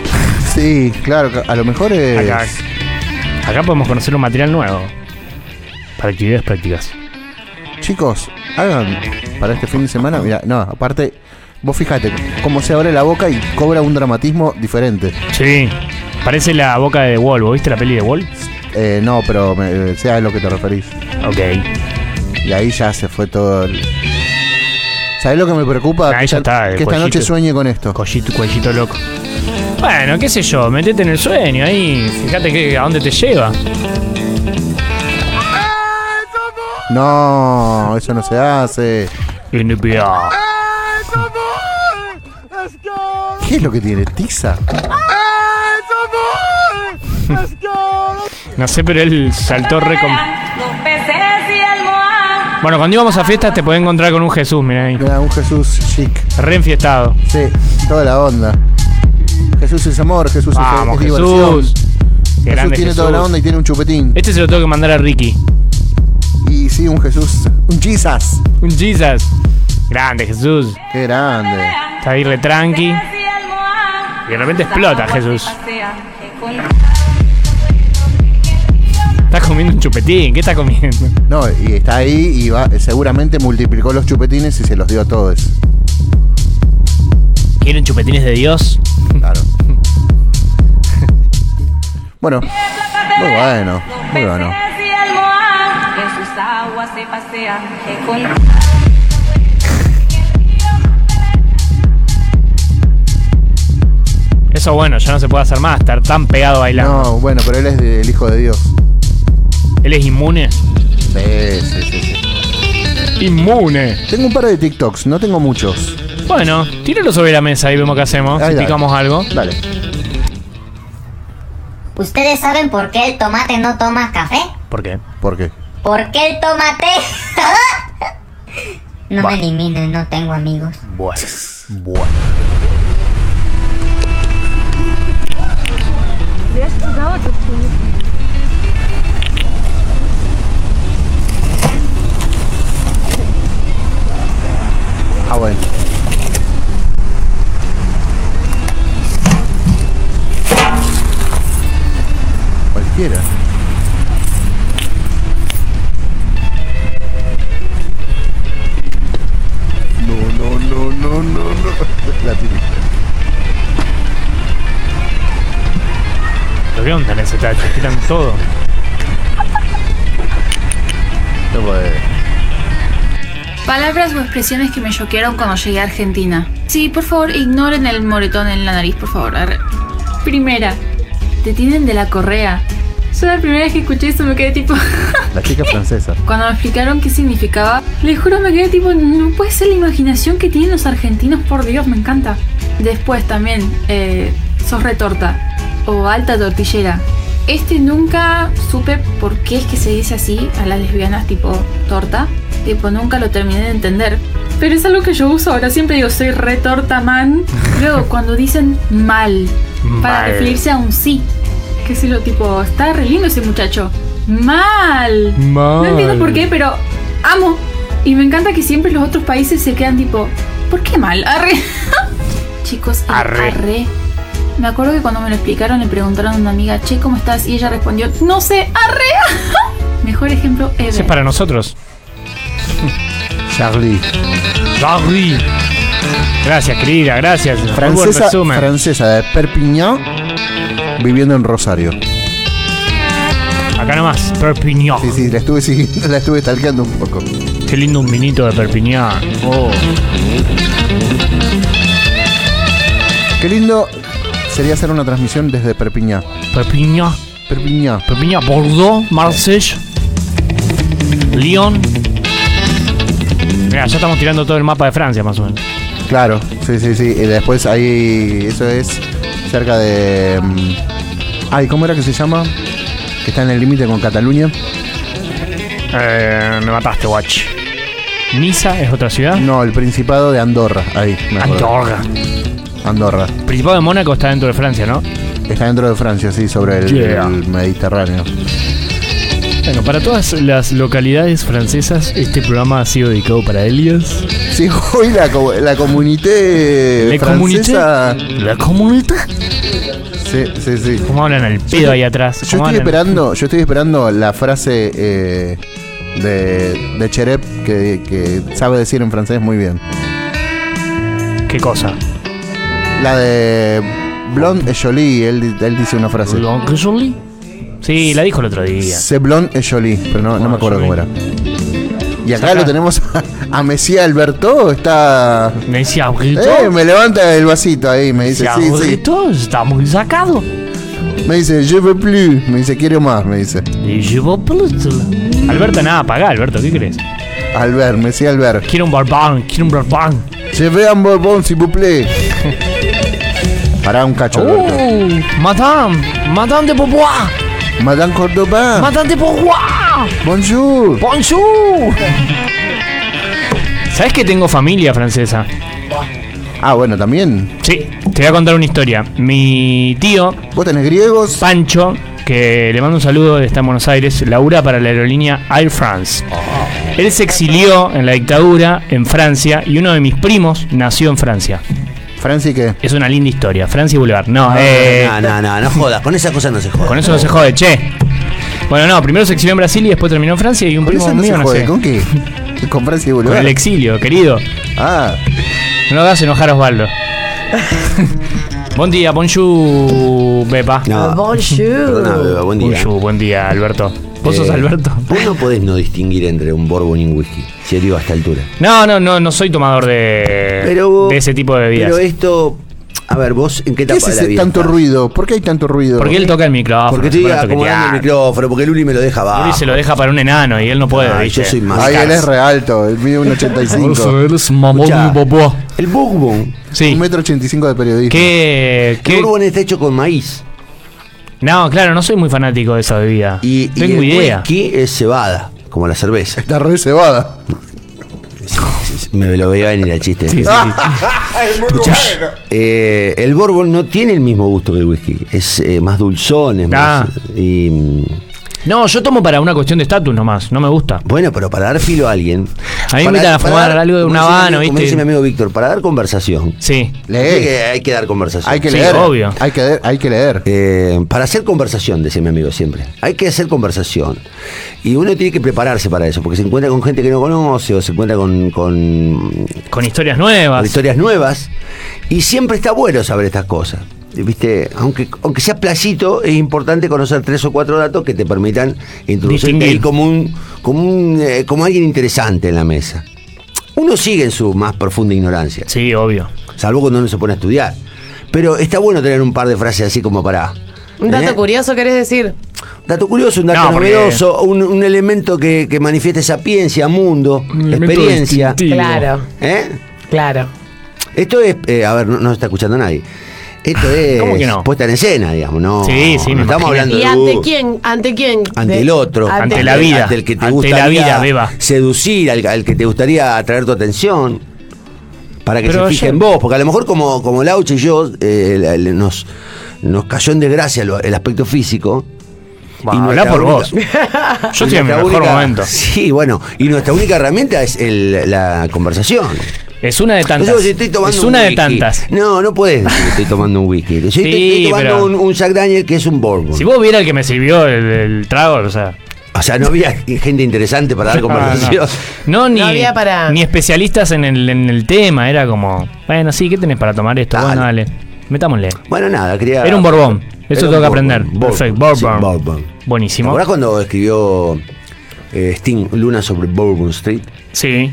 Speaker 8: Sí, claro, a lo mejor es.
Speaker 7: Acá, acá podemos conocer un material nuevo. Para actividades prácticas.
Speaker 8: Chicos, hagan para este fin de semana. Mira, no, aparte, vos fíjate cómo se abre la boca y cobra un dramatismo diferente.
Speaker 7: Sí. Parece la boca de The Wall. ¿Vos viste la peli de Wall?
Speaker 8: Eh, no, pero me, sea a lo que te referís.
Speaker 7: Ok.
Speaker 8: Y ahí ya se fue todo. El... ¿Sabés lo que me preocupa?
Speaker 7: Ahí ya está. el
Speaker 8: que esta
Speaker 7: cuellito-
Speaker 8: noche sueñe con esto.
Speaker 7: Cuellito, cuellito loco. Bueno, qué sé yo. Metete en el sueño ahí. Fíjate que, a dónde te lleva.
Speaker 8: No, eso no se hace.
Speaker 7: NBA.
Speaker 8: ¿Qué es lo que tiene? ¿Tiza?
Speaker 7: No sé, pero él saltó re con-
Speaker 12: Los peces y el moa.
Speaker 7: Bueno, cuando íbamos a fiestas te podés encontrar con un Jesús, mira ahí.
Speaker 8: Mira, un Jesús chic.
Speaker 7: Re enfiestado.
Speaker 8: Sí, toda la onda. Jesús es amor, Jesús es-
Speaker 7: Vamos,
Speaker 8: es, diversión.
Speaker 7: Jesús. Qué
Speaker 8: Jesús
Speaker 7: grande
Speaker 8: tiene toda la
Speaker 7: Jesús.
Speaker 8: onda y tiene un chupetín.
Speaker 7: Este se lo tengo que mandar a Ricky.
Speaker 8: Y sí, un Jesús. Un Jesus.
Speaker 7: Un Jesus. Grande Jesús.
Speaker 8: Qué grande.
Speaker 7: Está ahí re tranqui. Y de repente explota Jesús. Está comiendo un chupetín. ¿Qué está comiendo?
Speaker 8: No, y está ahí y va, seguramente multiplicó los chupetines y se los dio a todos.
Speaker 7: ¿Quieren chupetines de Dios?
Speaker 8: Claro. *laughs* Bueno, muy bueno, muy bueno.
Speaker 12: Peces y el moa. En sus aguas se pasea. Que con...
Speaker 7: Eso bueno, ya no se puede hacer más. Estar tan pegado bailando.
Speaker 8: No, bueno, pero él es de- el hijo de Dios.
Speaker 7: Él es inmune.
Speaker 8: Sí, sí, sí, sí.
Speaker 7: Inmune.
Speaker 8: Tengo un par de TikToks, no tengo muchos.
Speaker 7: Bueno, tíralo sobre la mesa y vemos qué hacemos.
Speaker 8: Ahí,
Speaker 7: si
Speaker 8: dale.
Speaker 7: picamos algo.
Speaker 8: Dale.
Speaker 3: ¿Ustedes saben por qué el tomate no toma café?
Speaker 7: ¿Por qué?
Speaker 8: ¿Por qué?
Speaker 3: ¿Por qué el tomate? *laughs* no me eliminen, no tengo amigos.
Speaker 7: Bueno.
Speaker 8: Bueno. Ah, bueno. Cualquiera. No, no, no, no, no, no. La tirita.
Speaker 7: Lo que onda en ese tacho. Tiran todo.
Speaker 8: No puede.
Speaker 13: Palabras o expresiones que me choquearon cuando llegué a Argentina. Sí, por favor, ignoren el moretón en la nariz, por favor. Arre. Primera, te tienen de la correa. Yo la primera vez que escuché eso me quedé tipo...
Speaker 8: La chica francesa.
Speaker 13: Cuando me explicaron qué significaba, les juro me quedé tipo, no puede ser la imaginación que tienen los argentinos, por Dios, me encanta. Después también, eh, sos retorta o alta tortillera.
Speaker 14: Este nunca supe por qué es que se dice así a las lesbianas tipo torta. Tipo, nunca lo terminé de entender. Pero es algo que yo uso ahora. Siempre digo, soy re torta
Speaker 8: *laughs*
Speaker 14: man. Luego, cuando dicen mal, para
Speaker 7: Mal.
Speaker 14: referirse a un sí. Que sé lo tipo, está re lindo ese muchacho. Mal. No entiendo por qué, pero amo. Y me encanta que siempre los otros países se quedan tipo, ¿por qué mal? Arre. *laughs* Chicos, el
Speaker 7: Arre.
Speaker 14: arre. Me acuerdo que cuando me lo explicaron le preguntaron a una amiga, che, ¿cómo estás? Y ella respondió, no sé, arre. Mejor ejemplo
Speaker 7: Ese es
Speaker 14: ever.
Speaker 7: para nosotros.
Speaker 8: Charlie.
Speaker 7: Charlie. Gracias, querida, gracias. Muy buen
Speaker 8: Francesa,
Speaker 7: resumen.
Speaker 8: francesa de Perpignan viviendo en Rosario.
Speaker 7: Acá nomás, Perpignan.
Speaker 8: Sí, sí, *laughs* la estuve, siguiendo, la estuve talqueando un poco.
Speaker 7: Qué lindo un vinito de Perpignan. Oh.
Speaker 8: Qué lindo sería hacer una transmisión desde Perpignan.
Speaker 7: Perpignan.
Speaker 8: Perpignan.
Speaker 7: Perpignan, Bordeaux, Marseille, Lyon. Mira, ya estamos tirando todo el mapa de Francia, más o menos.
Speaker 8: Claro, sí, sí, sí. Y después ahí, eso es cerca de... mm, Ay, ¿cómo era que se llama? Que está en el límite con Cataluña.
Speaker 7: Eh, me mataste, watch. ¿Niza es otra ciudad?
Speaker 8: No, el Principado de Andorra, ahí. me acuerdo.
Speaker 7: Andorra.
Speaker 8: Andorra.
Speaker 7: Principado de Mónaco está dentro de Francia, ¿no?
Speaker 8: Está dentro de Francia, sí, sobre el,
Speaker 7: Yeah.
Speaker 8: el Mediterráneo.
Speaker 7: Bueno, para todas las localidades francesas, este programa ha sido dedicado para Elias.
Speaker 8: Sí, hoy la, co- la comunité
Speaker 7: ¿La
Speaker 8: francesa...
Speaker 7: ¿La comunité?
Speaker 8: Sí, sí, sí.
Speaker 7: ¿Cómo hablan al pedo ahí atrás?
Speaker 8: Yo
Speaker 7: ¿Cómo
Speaker 8: estoy
Speaker 7: hablan?
Speaker 8: esperando, yo estoy esperando la frase eh, de, de Cherep que, que sabe decir en francés muy bien.
Speaker 7: ¿Qué cosa?
Speaker 8: La de Blonde et Jolie, él, él dice una frase.
Speaker 7: ¿Blonde et Jolie? Sí, la dijo el otro día.
Speaker 8: C'est Blonde et Jolie, pero no, no me acuerdo cómo era. Y acá lo tenemos a, a Mesía Alberto, está...
Speaker 7: Me decía,
Speaker 8: Eh, me levanta el vasito ahí, me dice,
Speaker 7: Mesía
Speaker 8: sí, sí.
Speaker 7: Alberto, está muy sacado.
Speaker 8: Me dice, je veux plus, me dice, quiero más, me dice.
Speaker 7: Je veux plus. Alberto, nada, pagá, Alberto, ¿qué crees?
Speaker 8: Albert, Mesía Albert.
Speaker 7: Quiero un barbán, quiero un barbán.
Speaker 8: Je veux un bourbon, s'il vous
Speaker 7: *laughs*
Speaker 8: plaît. Pará un cacho, Alberto.
Speaker 7: Oh, madame, madame de Beauvoir,
Speaker 8: Madame Córdoba.
Speaker 7: madame de Beauvoir.
Speaker 8: Bonjour.
Speaker 7: Bonjour. ¿Sabes que tengo familia francesa?
Speaker 8: Ah, bueno, también.
Speaker 7: Sí, te voy a contar una historia. Mi tío.
Speaker 8: ¿Vos tenés griegos?
Speaker 7: Pancho, que le mando un saludo, está en Buenos Aires, labura para la aerolínea Air France. Él se exilió en la dictadura en Francia y uno de mis primos nació en Francia.
Speaker 8: ¿Francia y qué?
Speaker 7: Es una linda historia. Francia y Boulevard. No,
Speaker 8: Ah,
Speaker 5: No,
Speaker 7: eh.
Speaker 5: no, no, no, no jodas. Con esas cosas no se joda.
Speaker 7: Con eso no se jode, che. Bueno, no, primero se exilió en Brasil y después terminó en Francia y un
Speaker 8: Con
Speaker 7: primo
Speaker 8: eso no
Speaker 7: mío
Speaker 8: se jode.
Speaker 7: nació. *laughs*
Speaker 8: ¿Con qué? Con Francia y Bolívar.
Speaker 7: Con el exilio, querido.
Speaker 8: Ah.
Speaker 7: No hagas enojar a
Speaker 8: *laughs*
Speaker 7: Osvaldo. buen día, bonjour, Pepa.
Speaker 5: No. Perdona, Beba, buen día.
Speaker 7: Bonjour, buen día, Alberto. ¿Vos sos
Speaker 5: Eh,
Speaker 7: Alberto?
Speaker 5: Vos no podés no distinguir entre un bourbon y un whisky. Serio, a esta altura.
Speaker 7: No, no, no, no soy tomador de,
Speaker 5: Pero vos-
Speaker 7: de ese tipo de bebidas.
Speaker 5: Pero esto. A ver, vos, ¿en qué
Speaker 8: ¿Qué
Speaker 5: etapa
Speaker 8: es
Speaker 5: de la
Speaker 8: ese
Speaker 5: vida?
Speaker 8: tanto ruido? ¿Por qué hay tanto ruido?
Speaker 7: Ah, porque él toca el micrófono.
Speaker 5: Porque
Speaker 7: se
Speaker 5: estoy
Speaker 7: pone a
Speaker 5: acomodando el
Speaker 7: toquetear.
Speaker 5: micrófono, porque Luli me lo deja
Speaker 7: Yuri
Speaker 5: bajo.
Speaker 7: se lo deja para un enano y él no puede.
Speaker 5: Ah,
Speaker 7: ¿viste?
Speaker 5: yo soy más
Speaker 8: Ay, él
Speaker 5: cars.
Speaker 8: es re alto. Él mide
Speaker 7: *laughs*
Speaker 8: un 85.
Speaker 5: Escuchá,
Speaker 7: Popó.
Speaker 5: El bourbon.
Speaker 7: Sí.
Speaker 8: Un metro 85 de periodismo.
Speaker 7: ¿Qué,
Speaker 5: El
Speaker 7: qué?
Speaker 5: bourbon está hecho con maíz.
Speaker 7: No, claro, no soy muy fanático de esa bebida.
Speaker 5: Y, y el
Speaker 7: Tengo idea.
Speaker 5: whisky es cebada, como la cerveza. *laughs*
Speaker 8: Está re cebada.
Speaker 5: Me lo veía venir el chiste.
Speaker 7: Sí, sí, sí.
Speaker 5: Eh, el bourbon no tiene el mismo gusto que el whisky. Es eh, más dulzón, es
Speaker 7: Ah.
Speaker 5: más. y, mm,
Speaker 7: No, yo tomo para una cuestión de estatus nomás. No me gusta.
Speaker 5: bueno, pero para dar filo a alguien.
Speaker 7: A mí
Speaker 5: para-
Speaker 7: me invitan
Speaker 5: para
Speaker 7: a fumar algo de
Speaker 5: como
Speaker 7: un
Speaker 5: dice mi amigo-
Speaker 7: habano,
Speaker 5: Como
Speaker 7: ¿viste?
Speaker 5: dice mi amigo Víctor, para dar conversación.
Speaker 7: Sí.
Speaker 5: Hay
Speaker 8: Lee.
Speaker 5: que, hay que dar conversación.
Speaker 8: Hay que
Speaker 7: Sí,
Speaker 8: leer.
Speaker 7: obvio.
Speaker 8: Hay que leer. Hay que leer.
Speaker 5: Eh, para hacer conversación, decía mi amigo siempre. Hay que hacer conversación. Y uno tiene que prepararse para eso, porque se encuentra con gente que no conoce o se encuentra con, con-
Speaker 7: Con historias
Speaker 5: con
Speaker 7: nuevas.
Speaker 5: historias nuevas. Y siempre está bueno saber estas cosas. ¿Viste? Aunque, aunque seas playito, es importante conocer tres o cuatro datos que te permitan introducirte
Speaker 7: Distinguir.
Speaker 5: ahí como, un, como, un, eh, como alguien interesante en la mesa. Uno sigue en su más profunda ignorancia,
Speaker 7: Sí, obvio.
Speaker 5: salvo cuando uno se pone a estudiar. Pero está bueno tener un par de frases así como para...
Speaker 3: Un dato
Speaker 5: ¿eh?
Speaker 3: curioso querés decir.
Speaker 5: Dato curioso, un dato
Speaker 7: No, porque-
Speaker 5: novedoso, un, un elemento que, que manifieste sapiencia, mundo, experiencia.
Speaker 3: Claro,
Speaker 5: ¿Eh?
Speaker 3: claro.
Speaker 5: Esto es, eh, a ver, no, no está escuchando nadie.
Speaker 7: *laughs*
Speaker 5: Esto es
Speaker 2: ¿Cómo que no?
Speaker 5: puesta en escena, digamos, ¿no?
Speaker 7: Sí, sí,
Speaker 5: no
Speaker 7: me
Speaker 5: estamos hablando
Speaker 7: imagino.
Speaker 2: ¿Y
Speaker 5: de
Speaker 2: ante
Speaker 5: vos,
Speaker 2: quién? ¿Ante quién?
Speaker 5: ante
Speaker 2: De-
Speaker 5: el otro,
Speaker 2: Ante,
Speaker 7: la vida.
Speaker 5: ante el que te
Speaker 7: Ante
Speaker 5: gustaría
Speaker 7: la vida, beba.
Speaker 5: seducir, al, al que te gustaría atraer tu atención, para que
Speaker 7: Pero
Speaker 5: se fije
Speaker 7: yo-
Speaker 5: en vos, porque a lo mejor como, como Laucha y yo eh, el- el- nos, nos cayó en desgracia lo- el aspecto físico.
Speaker 7: habla
Speaker 5: nuestra
Speaker 7: por
Speaker 5: única-
Speaker 7: vos. Yo estoy
Speaker 5: y
Speaker 7: en mi
Speaker 5: nuestra
Speaker 7: mejor
Speaker 5: única-
Speaker 7: momento.
Speaker 5: Sí, bueno, y nuestra única herramienta es el- la conversación.
Speaker 7: Es una de tantas.
Speaker 5: Entonces, si estoy tomando
Speaker 7: es
Speaker 5: un
Speaker 7: una de
Speaker 5: whisky,
Speaker 7: tantas.
Speaker 5: No, no puedes decir que estoy tomando un whisky. Si estoy,
Speaker 7: Sí,
Speaker 5: estoy tomando
Speaker 7: pero-
Speaker 5: un, un Jack Daniel que es un bourbon.
Speaker 7: Si vos viera el que me sirvió el, el trago, o sea.
Speaker 5: O sea, no había *laughs* gente interesante para dar conversación.
Speaker 7: No, ni,
Speaker 2: No había para-
Speaker 7: ni especialistas en el, en el tema. Era como, bueno, sí, ¿qué tenés para tomar esto? Bueno, dale. Metámosle.
Speaker 5: Bueno, nada, quería.
Speaker 7: Era un borbón. Eso
Speaker 5: Era
Speaker 7: tengo
Speaker 5: un
Speaker 7: que
Speaker 5: bourbon,
Speaker 7: aprender.
Speaker 5: bourbon,
Speaker 7: Perfecto.
Speaker 5: sí,
Speaker 7: Bourbon.
Speaker 5: bourbon. ¿Te
Speaker 7: Buenísimo.
Speaker 5: acordás cuando escribió eh, Sting Luna sobre Bourbon Street? Ah,
Speaker 7: Sí.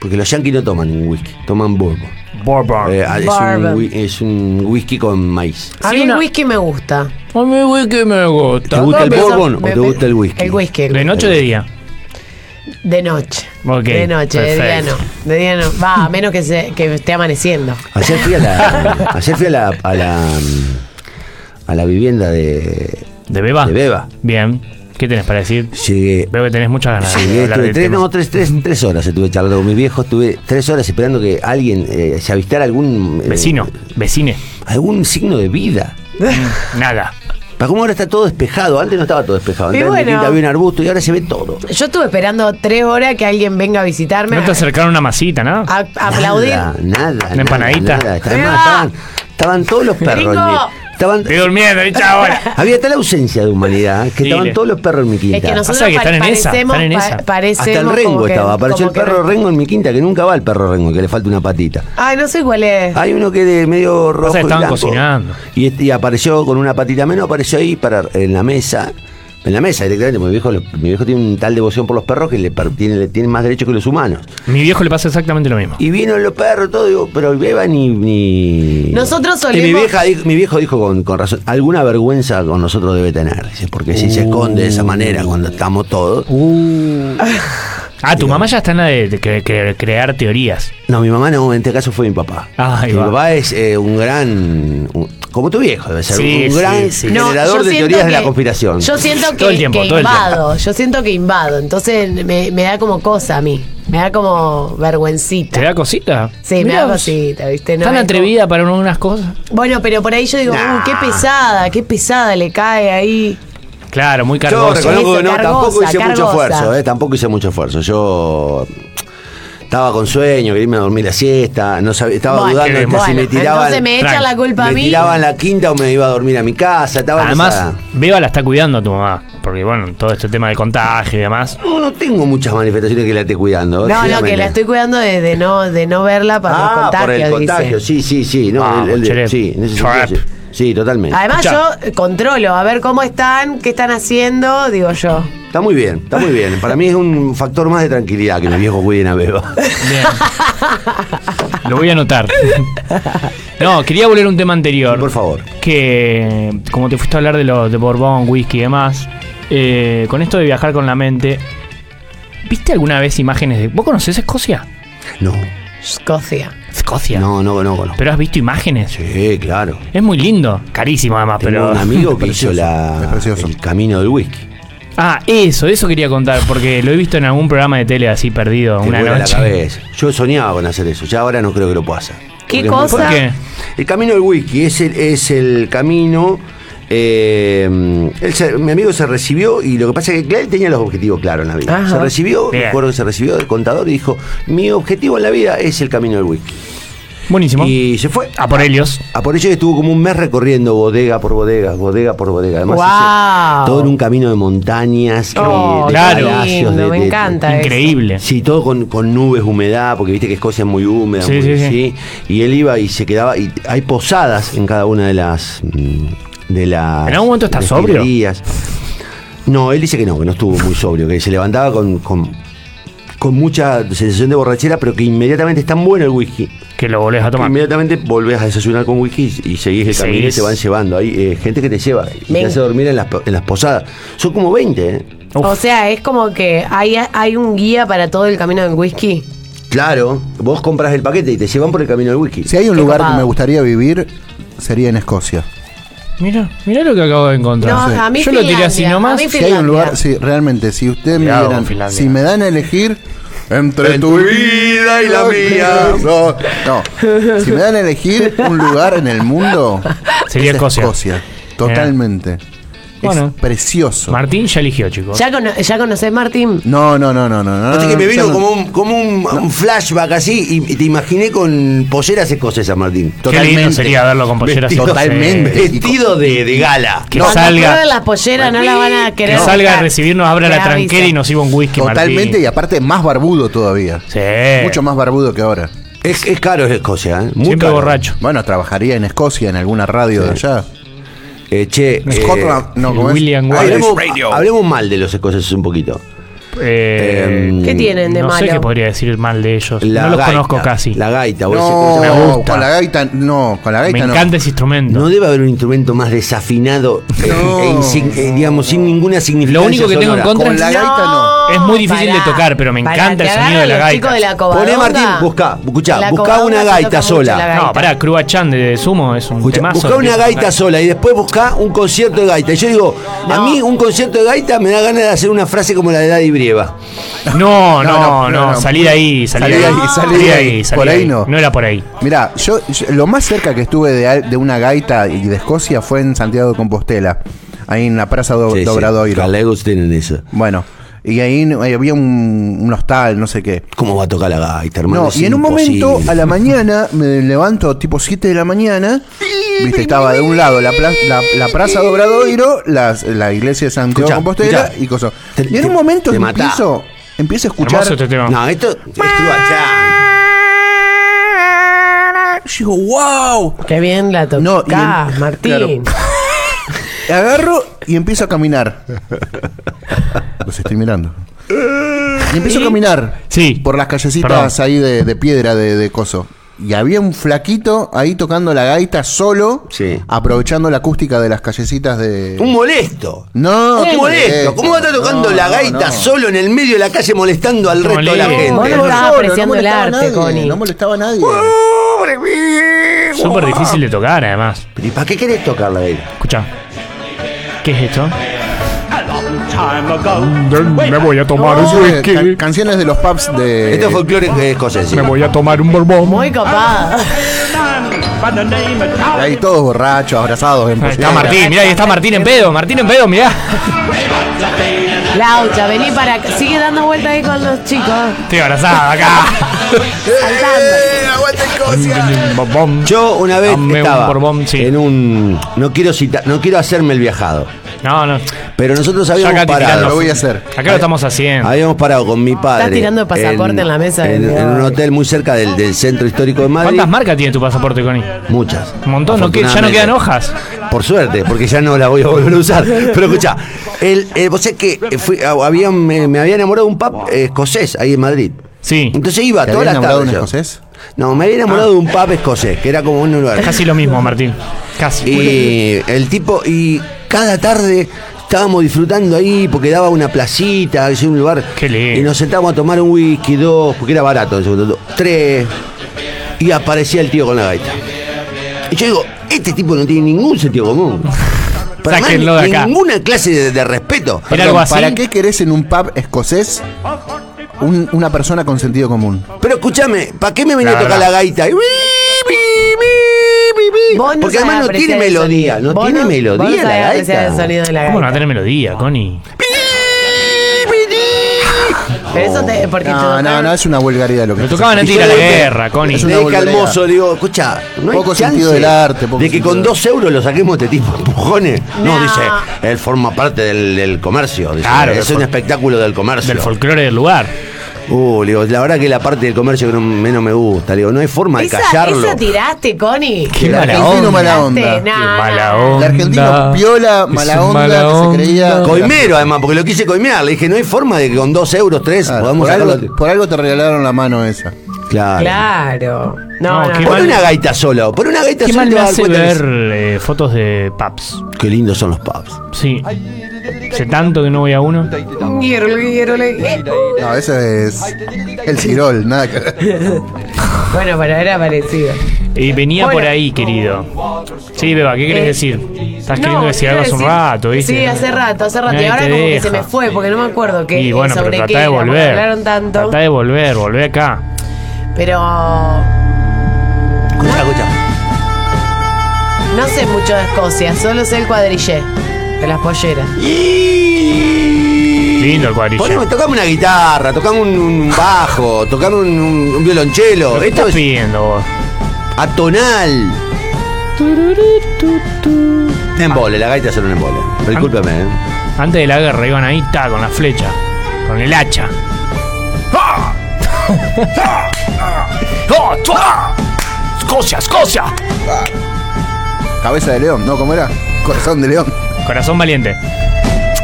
Speaker 5: porque los yankees no toman un whisky, toman bourbon.
Speaker 7: Bourbon.
Speaker 5: Eh, es, un,
Speaker 3: Bourbon.
Speaker 5: whi- es un whisky con maíz.
Speaker 3: A mí el whisky me gusta.
Speaker 7: A mí el whisky me gusta.
Speaker 5: ¿Te gusta el
Speaker 3: Pero-
Speaker 5: bourbon o
Speaker 3: me-
Speaker 5: te
Speaker 3: me-
Speaker 5: gusta el whisky?
Speaker 3: El whisky. el
Speaker 7: ¿De noche o de día?
Speaker 3: whisky. De noche.
Speaker 7: Ok,
Speaker 3: de noche, de día
Speaker 7: perfecto.
Speaker 3: no. De día no. Va, a menos que, se, que esté amaneciendo.
Speaker 5: Ayer fui a la. *laughs* ayer fui a la. a la, mm, a la vivienda de.
Speaker 7: ¿De beba?
Speaker 5: De Beba.
Speaker 7: Bien. ¿Qué tenés para decir?
Speaker 5: Llegué.
Speaker 7: Veo que tenés muchas ganas de
Speaker 5: Llegué,
Speaker 7: Ah, hablar
Speaker 5: estuve
Speaker 7: del
Speaker 5: tres,
Speaker 7: tema.
Speaker 5: este no, tres, tres, tres horas estuve charlando con mis viejos, estuve tres horas esperando que alguien eh, se avistara algún eh,
Speaker 7: Vecino,
Speaker 5: *laughs*
Speaker 7: vecine.
Speaker 5: algún signo de vida.
Speaker 7: Nada.
Speaker 5: Para cómo ahora está todo despejado, antes no estaba todo despejado,
Speaker 3: Y
Speaker 5: antes
Speaker 3: bueno.
Speaker 5: había un arbusto y ahora se ve todo.
Speaker 3: Yo estuve esperando tres horas que alguien venga a visitarme.
Speaker 7: ¿No te acercaron una masita, nada?
Speaker 3: a, a aplaudir.
Speaker 5: Nada, nada.
Speaker 7: Una
Speaker 5: nada,
Speaker 7: empanadita.
Speaker 5: nada. Además,
Speaker 3: Beba.
Speaker 5: estaban, estaban todos los perros. en mi-
Speaker 3: Gringo.
Speaker 5: Estaban,
Speaker 7: Estoy durmiendo, dicha ahora. *laughs*
Speaker 5: había tal ausencia de humanidad ¿eh? que
Speaker 7: Dile.
Speaker 5: estaban todos los perros en mi quinta.
Speaker 3: Es que nosotros
Speaker 7: Pasa que están en
Speaker 3: pa-
Speaker 7: esa,
Speaker 3: parecemos,
Speaker 7: están en
Speaker 3: pa-
Speaker 7: esa.
Speaker 3: parecemos
Speaker 5: Hasta el Rengo
Speaker 3: como que-
Speaker 5: estaba. Apareció el
Speaker 3: como que
Speaker 5: perro Rengo en mi quinta, que nunca va el perro Rengo, que le falta una patita.
Speaker 3: Ay, no sé cuál es.
Speaker 5: Hay uno que de medio rojo.
Speaker 7: sea,
Speaker 5: y
Speaker 7: estaban
Speaker 5: blanco.
Speaker 7: cocinando.
Speaker 5: Y, este- y apareció con una patita menos, apareció ahí para, en la mesa. En la mesa directamente, porque mi viejo, lo- mi viejo tiene un tal devoción por los perros que le par- tiene, le tiene más derechos que los humanos.
Speaker 7: Mi viejo le pasa exactamente lo mismo.
Speaker 5: Y vino los perros, todo, digo, pero Beba ni. ni...
Speaker 3: Nosotros
Speaker 5: Y mi,
Speaker 3: solemos-
Speaker 5: vieja, dijo- mi viejo dijo con, con razón, alguna vergüenza con nosotros debe tener, dice, porque si se esconde de esa manera cuando estamos todos.
Speaker 7: Ah, tu mamá ya está en la de, de cre- cre- crear teorías.
Speaker 5: No, mi mamá no, en este caso fue mi papá.
Speaker 7: Ah, ahí
Speaker 5: mi
Speaker 7: va.
Speaker 5: papá es eh, un gran, un- como tu viejo debe ser,
Speaker 7: Sí,
Speaker 5: un
Speaker 7: sí,
Speaker 5: gran
Speaker 7: sí.
Speaker 3: No,
Speaker 5: generador
Speaker 3: yo
Speaker 5: de
Speaker 3: siento
Speaker 5: teorías de
Speaker 3: que-
Speaker 5: la conspiración.
Speaker 3: Yo siento que,
Speaker 7: Todo el tiempo,
Speaker 3: que
Speaker 7: todo el
Speaker 3: invado, yo siento que invado, entonces me, me da como cosa a mí, me da como vergüencita.
Speaker 7: ¿Te da cosita?
Speaker 3: Sí, me
Speaker 7: Mirá
Speaker 3: da
Speaker 7: vos.
Speaker 3: cosita, ¿viste? No,
Speaker 7: Tan
Speaker 3: es
Speaker 7: atrevida para unas cosas.
Speaker 3: como- Bueno, pero por ahí yo digo,
Speaker 5: Nah.
Speaker 3: "Uh, qué pesada, qué pesada le cae ahí.
Speaker 7: Claro, muy
Speaker 5: Yo
Speaker 7: cargosa.
Speaker 5: reconozco que no,
Speaker 3: Eso,
Speaker 5: tampoco
Speaker 3: cargosa,
Speaker 5: hice mucho
Speaker 3: cargosa.
Speaker 5: esfuerzo, eh, tampoco hice mucho esfuerzo. Yo estaba con sueño, quería irme a dormir la siesta, no sabía, estaba
Speaker 3: Bueno,
Speaker 5: dudando entre si
Speaker 3: bueno,
Speaker 5: me tiraban.
Speaker 3: entonces me echan la culpa a
Speaker 5: me
Speaker 3: mí.
Speaker 5: tiraban la quinta o me iba a dormir a mi casa, estaba en
Speaker 7: Además,
Speaker 5: esa-
Speaker 7: Beba la está cuidando a tu mamá. Porque, bueno, todo este tema del contagio y demás.
Speaker 5: No, no tengo muchas manifestaciones que la esté
Speaker 3: No,
Speaker 5: cuidando.
Speaker 3: no,
Speaker 5: sinceramente.
Speaker 3: que la estoy cuidando de, de no de no verla para los
Speaker 5: Ah,
Speaker 3: contagios,
Speaker 5: por el
Speaker 3: dice.
Speaker 5: contagio, sí, sí, sí. No,
Speaker 7: Vamos,
Speaker 5: el- el-
Speaker 7: Chelep.
Speaker 5: sí, en ese
Speaker 7: Chelep.
Speaker 5: sentido, sí. Sí, totalmente.
Speaker 3: Además
Speaker 7: Escuchá.
Speaker 3: yo eh, controlo, a ver cómo están, qué están haciendo, digo yo.
Speaker 5: Está muy bien, está muy bien. Para mí es un factor más de tranquilidad que los viejos cuiden a Beba.
Speaker 7: Bien. Lo voy a anotar. No, quería volver a un tema anterior.
Speaker 5: Por favor.
Speaker 7: que como te fuiste a hablar de los de Borbón, whisky y demás, eh, con esto de viajar con la mente, ¿viste alguna vez imágenes de... ¿Vos conocés Escocia?
Speaker 5: No,
Speaker 3: Escocia.
Speaker 7: Escocia.
Speaker 5: no, no, no conozco.
Speaker 7: Pero has visto imágenes.
Speaker 5: Sí, claro.
Speaker 7: Es muy lindo. Carísimo además,
Speaker 5: Tengo
Speaker 7: pero...
Speaker 5: un amigo que
Speaker 8: Precioso,
Speaker 5: hizo la,
Speaker 8: es precioso.
Speaker 5: el camino del whisky.
Speaker 7: *laughs* Ah, eso, eso quería contar, porque lo he visto en algún programa de tele así perdido
Speaker 5: Te
Speaker 7: una
Speaker 5: vuela la
Speaker 7: noche.
Speaker 5: cabeza. Yo soñaba con hacer eso, ya ahora no creo que lo pueda hacer.
Speaker 3: ¿Qué
Speaker 5: Porque es muy
Speaker 3: cosa?
Speaker 7: ¿Por
Speaker 5: fuerte.
Speaker 7: qué?
Speaker 5: El camino del whisky es el, es el camino. eh, él se- mi amigo se recibió y lo que pasa es que él tenía los objetivos claros en la vida.
Speaker 3: Ajá.
Speaker 5: Se recibió,
Speaker 7: Bien.
Speaker 5: me acuerdo que se recibió del contador y dijo: Mi objetivo en la vida es el camino del whisky.
Speaker 7: Buenísimo.
Speaker 5: Y se fue.
Speaker 7: A por Helios.
Speaker 5: A por ello estuvo como un mes recorriendo bodega por bodega, bodega por bodega. Además,
Speaker 3: Guau.
Speaker 5: hice todo en un camino de montañas, y
Speaker 3: Oh,
Speaker 5: de
Speaker 7: claro.
Speaker 3: lindo,
Speaker 5: palacios, de-
Speaker 3: me
Speaker 5: de-
Speaker 3: encanta. eso.
Speaker 7: Increíble.
Speaker 5: Sí, todo con, con nubes, humedad, porque viste que Escocia es muy húmeda.
Speaker 7: Sí,
Speaker 5: muy-
Speaker 7: sí, sí.
Speaker 5: Y él iba y se quedaba. Y hay posadas en cada una de las. mm, De las
Speaker 7: ¿En algún momento está sobrio?
Speaker 5: destilerías. No, él dice que no, que no estuvo muy sobrio, que se levantaba con, con, con mucha sensación de borrachera, pero que inmediatamente es tan bueno el whisky.
Speaker 7: Que lo volvés a tomar.
Speaker 5: Inmediatamente volvés a desayunar con whisky y seguís el
Speaker 7: Seguís.
Speaker 5: camino y te van llevando. Hay eh, gente que te lleva y te
Speaker 3: Ven.
Speaker 5: hace dormir en las, po- en las posadas. Son como 20, ¿eh?
Speaker 7: Uf.
Speaker 3: O sea, es como que hay, hay un guía para todo el camino del whisky.
Speaker 5: Claro, vos compras el paquete y te llevan por el camino del whisky.
Speaker 8: Si hay un
Speaker 3: Qué
Speaker 8: lugar que
Speaker 3: copado.
Speaker 8: me gustaría vivir, sería en Escocia.
Speaker 7: Mira, mira lo que acabo de encontrar.
Speaker 8: Sí.
Speaker 7: Yo lo tiré así nomás.
Speaker 8: Si hay un lugar, sí, realmente, si ustedes me
Speaker 7: Cuidado
Speaker 8: dieran-
Speaker 7: con Finlandia.
Speaker 8: si me dan a elegir entre tu vida y la mía. No, no. si me dan a elegir un lugar en el mundo,
Speaker 7: *laughs* Sería
Speaker 8: es
Speaker 7: Escocia. Eh.
Speaker 8: Totalmente.
Speaker 7: Bueno.
Speaker 8: Es precioso.
Speaker 7: Martín ya eligió, chicos.
Speaker 3: ¿Ya, cono- ya conocés, Martín?
Speaker 8: No, no, no, no, no. no,
Speaker 5: Viste que
Speaker 7: Ah,
Speaker 8: no,
Speaker 5: me
Speaker 8: ya
Speaker 5: vino
Speaker 8: no.
Speaker 5: como un, como un, un flashback así y, y te imaginé con polleras escocesas, Martín.
Speaker 7: lindo sería verlo con polleras
Speaker 5: Vestido-
Speaker 7: escocesas.
Speaker 5: Totalmente. Vestido de, de gala.
Speaker 7: Que
Speaker 5: No,
Speaker 7: salga.
Speaker 3: Todas las polleras no la van a
Speaker 7: Que
Speaker 3: querer.
Speaker 7: salga a
Speaker 3: buscar.
Speaker 7: recibirnos, abra
Speaker 3: Te
Speaker 7: la tranquera
Speaker 3: avisa.
Speaker 7: y nos sirva un whisky,
Speaker 8: Totalmente
Speaker 7: Martín.
Speaker 8: y aparte más barbudo todavía.
Speaker 7: Eh.
Speaker 8: Mucho más barbudo que ahora.
Speaker 5: Es, es caro Escocia, ¿eh? Muy caro.
Speaker 8: borracho. Bueno, trabajaría en Escocia, en alguna radio de allá.
Speaker 5: Eh, che,
Speaker 7: Eh,
Speaker 8: En Scotland, no, ¿cómo es?
Speaker 5: hablemos,
Speaker 8: Irish Radio.
Speaker 5: hablemos mal de los escoceses un poquito.
Speaker 7: Eh,
Speaker 3: ¿Qué tienen de
Speaker 7: no sé
Speaker 3: malo?
Speaker 7: qué podría decir mal de ellos.
Speaker 5: La
Speaker 7: no los
Speaker 5: gaita,
Speaker 7: conozco casi.
Speaker 5: La gaita, vos
Speaker 8: No,
Speaker 5: decís, me gusta.
Speaker 8: con la gaita, no, con la gaita
Speaker 5: Me
Speaker 8: no.
Speaker 5: encanta
Speaker 7: ese instrumento.
Speaker 5: No debe haber un instrumento más desafinado, eh,
Speaker 8: No.
Speaker 5: e insin- eh, digamos, sin ninguna significancia.
Speaker 7: Lo único que tengo en
Speaker 5: sonora.
Speaker 7: contra es-
Speaker 3: no.
Speaker 7: Es muy difícil
Speaker 3: Pará,
Speaker 7: de tocar, pero me
Speaker 3: pará,
Speaker 7: encanta
Speaker 3: que
Speaker 7: el sonido de
Speaker 3: agarran
Speaker 7: la
Speaker 3: los
Speaker 7: gaita.
Speaker 3: chicos de la
Speaker 5: Poné
Speaker 3: cobadonga.
Speaker 5: Martín, busca, escuchá,
Speaker 3: La
Speaker 5: busca
Speaker 3: cobadonga
Speaker 5: una
Speaker 3: se
Speaker 5: gaita
Speaker 3: toca mucho la
Speaker 5: sola.
Speaker 3: gaita.
Speaker 7: No, pará, Crua Chan de Sumo es un
Speaker 5: Escuchá,
Speaker 7: temazo.
Speaker 5: busca una
Speaker 7: que-
Speaker 5: gaita sola y después busca un concierto de gaita. Y yo digo, a mí un concierto de gaita me da ganas de hacer una frase como la de Daddy Brieva.
Speaker 7: No, no, no, salí de ahí, salí de ahí, salí de ahí, salí
Speaker 8: por
Speaker 7: de
Speaker 8: ahí,
Speaker 7: ahí.
Speaker 8: no.
Speaker 7: No era por ahí.
Speaker 8: Mirá, yo, yo- lo más cerca que estuve de, al- de una gaita y de Escocia fue en Santiago de Compostela, ahí en la Plaza do,
Speaker 5: Sí, sí,
Speaker 8: Dobradoiro.
Speaker 5: Galegos tienen eso.
Speaker 8: Bueno, y ahí n- ahí había un, un hostal, no sé qué.
Speaker 5: ¿Cómo va a tocar la gaita, hermano?
Speaker 8: No,
Speaker 5: Es
Speaker 8: y en un momento,
Speaker 5: imposible.
Speaker 8: a la mañana, me levanto tipo 7 de la mañana, viste, estaba de un lado la, pla- la, la Plaza de Obradoiro, las- la iglesia de Santiago
Speaker 5: Escuchá,
Speaker 8: de Compostela
Speaker 5: escuchá.
Speaker 8: y cosas.
Speaker 5: Te-
Speaker 8: Y en un
Speaker 5: te-
Speaker 8: momento
Speaker 5: te matá.
Speaker 8: empiezo, empiezo a escuchar...
Speaker 7: Hermoso este tema.
Speaker 5: No, esto es truachán.
Speaker 8: Yo digo, wow.
Speaker 3: Qué bien la tocás,
Speaker 8: No, y en-
Speaker 3: Martín.
Speaker 8: Agarro y empiezo a caminar. Los estoy mirando. Y empiezo a caminar. Por las callecitas
Speaker 7: Perdón.
Speaker 8: ahí de, de piedra de, de coso. Y había un flaquito ahí tocando la gaita solo, aprovechando la acústica de las callecitas de.
Speaker 5: Un molesto.
Speaker 8: No,
Speaker 5: Un
Speaker 8: qué
Speaker 5: molesto. ¿Cómo va a estar
Speaker 8: No,
Speaker 5: tocando la
Speaker 8: no,
Speaker 5: gaita
Speaker 8: no.
Speaker 5: solo en el medio de la calle molestando al resto de la
Speaker 7: Molesto.
Speaker 5: gente?
Speaker 3: Vos no
Speaker 8: Solo,
Speaker 3: estabas apreciando el
Speaker 8: molestaba a
Speaker 3: arte,
Speaker 8: nadie,
Speaker 3: Connie.
Speaker 8: No molestaba a nadie.
Speaker 7: Súper difícil de tocar, además.
Speaker 5: ¿Y para qué querés tocar la gaita?
Speaker 7: Escucha. ¿Qué es esto?
Speaker 11: Me voy a tomar un
Speaker 8: Canciones,
Speaker 11: whisky.
Speaker 8: can- canciones de los pubs de.
Speaker 5: Esto es folclore eh, escocés. sí.
Speaker 11: Me voy a tomar un borbón.
Speaker 3: Muy copada.
Speaker 8: Ahí todos borrachos, abrazados. En
Speaker 7: Ahí está
Speaker 8: pollera.
Speaker 7: Martín, mirá, ahí está Martín en pedo, Martín en pedo, mirá.
Speaker 3: Laucha, vení para acá. Sigue dando vueltas ahí con los chicos.
Speaker 7: Estoy abrazado acá.
Speaker 5: Yo una vez
Speaker 7: Dame un
Speaker 5: estaba
Speaker 7: borbón,
Speaker 5: en un no quiero citar, no quiero hacerme el viajado,
Speaker 7: No, no.
Speaker 5: pero nosotros habíamos
Speaker 7: acá te
Speaker 5: parado.
Speaker 7: tirando. Lo voy a hacer. Acá lo estamos haciendo.
Speaker 5: Habíamos parado con mi padre.
Speaker 3: Estás tirando pasaporte en la mesa de
Speaker 5: En,
Speaker 3: Dios.
Speaker 5: en un hotel muy cerca del, del centro histórico de Madrid.
Speaker 7: ¿Cuántas marcas tiene tu pasaporte, Connie?
Speaker 5: Muchas.
Speaker 7: Un montón, no que- ya no
Speaker 5: Afortunadamente.
Speaker 7: quedan hojas.
Speaker 5: Por suerte, porque ya no la voy a volver a usar. Pero escuchá, el, el- vos sabés que eh, fui- ah, había- me, me había enamorado un pub eh, escocés ahí en Madrid.
Speaker 7: Sí.
Speaker 5: Entonces iba
Speaker 8: ¿Te
Speaker 5: todas
Speaker 8: habías
Speaker 5: las
Speaker 8: enamorado de
Speaker 5: tardes.
Speaker 8: un
Speaker 5: yo.
Speaker 8: escocés?
Speaker 5: No, me había
Speaker 7: Ah.
Speaker 5: enamorado de un pub escocés, que era como un lugar.
Speaker 7: Casi lo mismo, Martín. Casi.
Speaker 5: Y el tipo, y cada tarde estábamos disfrutando ahí porque daba una placita, así, un lugar. Y nos sentábamos a tomar un whisky, dos, porque era barato, en ese momento, dos, tres. Y aparecía el tío con la gaita. Y yo digo, este tipo no tiene ningún sentido
Speaker 7: *laughs*
Speaker 5: común. Para más,
Speaker 7: Sáquenlo de acá.
Speaker 5: ninguna clase de, de respeto.
Speaker 7: Era algo así.
Speaker 8: ¿Para qué querés en un pub escocés un- una persona con sentido común?
Speaker 5: Pero escúchame, ¿para qué me venía
Speaker 8: La
Speaker 5: a tocar
Speaker 8: verdad.
Speaker 5: la gaita? Y- Porque además no tiene melodía, no tiene melodía la gaita.
Speaker 7: ¿Cómo no va a tener melodía, Connie?
Speaker 3: Pero eso te, porque te
Speaker 8: No, no, no, es una vulgaridad lo que
Speaker 7: Lo
Speaker 8: estás
Speaker 7: tocaban antes de ir a la
Speaker 5: Yo le dije-
Speaker 7: guerra, Connie.
Speaker 8: es
Speaker 5: Le
Speaker 8: una
Speaker 5: dije al
Speaker 8: vulgaridad.
Speaker 5: mozo, le digo, escucha, no
Speaker 8: Poco
Speaker 5: hay chance
Speaker 8: sentido del arte, poco
Speaker 5: de que
Speaker 8: sentido
Speaker 5: con
Speaker 8: del
Speaker 5: dos euros lo saquemos a este tipo de empujones. No,
Speaker 3: No.
Speaker 5: dice, él forma parte del, del comercio. dice,
Speaker 7: Claro,
Speaker 5: es
Speaker 7: del
Speaker 5: un
Speaker 7: fol-
Speaker 5: espectáculo del comercio.
Speaker 7: Del folclore del lugar.
Speaker 5: Uh, le digo, la verdad que la parte del comercio que no- menos me gusta. Le digo, no hay forma de
Speaker 3: esa,
Speaker 5: callarlo.
Speaker 3: esa tiraste, Connie.
Speaker 7: Qué
Speaker 5: El
Speaker 7: mala
Speaker 8: argentino
Speaker 7: onda.
Speaker 8: mala onda.
Speaker 3: Tiraste,
Speaker 8: Qué
Speaker 3: nah,
Speaker 7: Mala
Speaker 3: nah.
Speaker 7: onda.
Speaker 8: El argentino piola, mala onda, que se creía.
Speaker 5: Coimero, además, porque lo quise coimear. Le dije, no hay forma de que con dos euros, tres,
Speaker 8: Claro,
Speaker 5: podamos
Speaker 8: por,
Speaker 5: sacarlo.
Speaker 8: algo, por algo te regalaron la mano esa.
Speaker 5: Claro.
Speaker 3: Claro. No,
Speaker 7: No,
Speaker 3: no.
Speaker 7: qué
Speaker 5: Pon
Speaker 7: mal-
Speaker 5: una gaita solo, pon una gaita
Speaker 7: Qué
Speaker 5: solo y
Speaker 7: mal
Speaker 5: te
Speaker 7: me
Speaker 5: vas a dar
Speaker 7: hace
Speaker 5: cuenta que
Speaker 7: ver eh, fotos de
Speaker 5: es-
Speaker 7: pubs.
Speaker 5: Qué lindos son los pubs.
Speaker 7: Sí. Hace tanto que no voy a uno.
Speaker 3: Hierole, hierole.
Speaker 8: No, ese es el Cirol, nada que ver.
Speaker 3: Bueno, pero era parecido.
Speaker 7: Y venía
Speaker 3: Hola.
Speaker 7: por ahí, querido. Sí, Beba, ¿qué querés
Speaker 3: Eh,
Speaker 7: decir? Estás
Speaker 3: no,
Speaker 7: queriendo decir algo hace un
Speaker 3: quiero decir-
Speaker 7: rato, ¿viste?
Speaker 3: Sí, hace rato, hace rato.
Speaker 7: Nadie
Speaker 3: y ahora
Speaker 7: te
Speaker 3: como que
Speaker 7: deja.
Speaker 3: se me fue porque no me acuerdo qué
Speaker 7: Y bueno, pero
Speaker 3: sobre
Speaker 7: tratá
Speaker 3: qué
Speaker 7: de
Speaker 3: era, porque
Speaker 7: volver.
Speaker 3: hablaron tanto.
Speaker 7: Tratá de volver, volvé acá.
Speaker 3: Pero
Speaker 5: Escucha, escucha.
Speaker 3: no sé mucho de Escocia, solo sé el cuadrillé de las polleras.
Speaker 7: Lindo el cuadrillé.
Speaker 5: Poneme, tocame una guitarra, tocame un, un bajo, tocame un, un- un violonchelo. Esto es
Speaker 7: pidiendo vos?
Speaker 5: Atonal. Un Embole, la gaita es solo un embole.
Speaker 7: Ah.
Speaker 5: Discúlpeme, eh.
Speaker 7: Antes de la guerra iban ahí, ta, con la flecha, con el hacha.
Speaker 4: Escocia, Escocia.
Speaker 8: Cabeza de león, ¿no? ¿Cómo era? Corazón de león.
Speaker 7: Corazón valiente.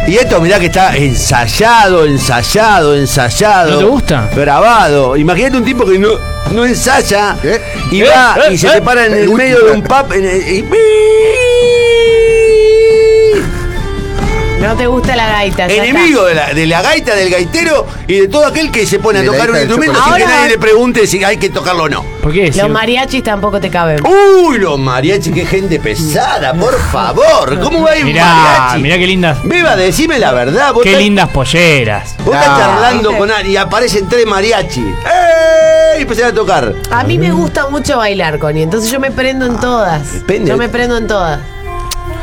Speaker 5: Y esto, mirá que está ensayado, ensayado, ensayado.
Speaker 7: ¿No te gusta?
Speaker 5: Grabado. Imagínate un tipo que no, no ensaya y
Speaker 7: ¿Eh?
Speaker 5: va
Speaker 7: ¿Eh?
Speaker 5: y se
Speaker 7: ¿Eh?
Speaker 5: te para en el
Speaker 7: Uy.
Speaker 5: medio de un pub en el- y-
Speaker 3: No te gusta la gaita. ya
Speaker 5: enemigo
Speaker 3: está.
Speaker 5: de la, de la gaita, del gaitero y de todo aquel que se pone a
Speaker 3: De la
Speaker 5: tocar
Speaker 3: gaita
Speaker 5: un
Speaker 3: del
Speaker 5: instrumento sin que
Speaker 3: chocolate.
Speaker 5: nadie le pregunte si hay que tocarlo o no.
Speaker 7: ¿Por qué?
Speaker 3: Los mariachis tampoco te caben.
Speaker 5: Oh. Uy, los mariachis, qué gente pesada, por favor. ¿Cómo va a ir un
Speaker 7: Mirá,
Speaker 5: mariachi?
Speaker 7: mirá qué lindas.
Speaker 5: Beba, decime la verdad. Vos
Speaker 7: Qué
Speaker 5: estás-
Speaker 7: lindas polleras.
Speaker 5: Vos estás charlando con alguien y aparecen tres mariachi. ¡Ey! Y empezaron a tocar.
Speaker 3: A mí me gusta mucho bailar, Connie, entonces yo me prendo en todas. Yo me prendo en todas.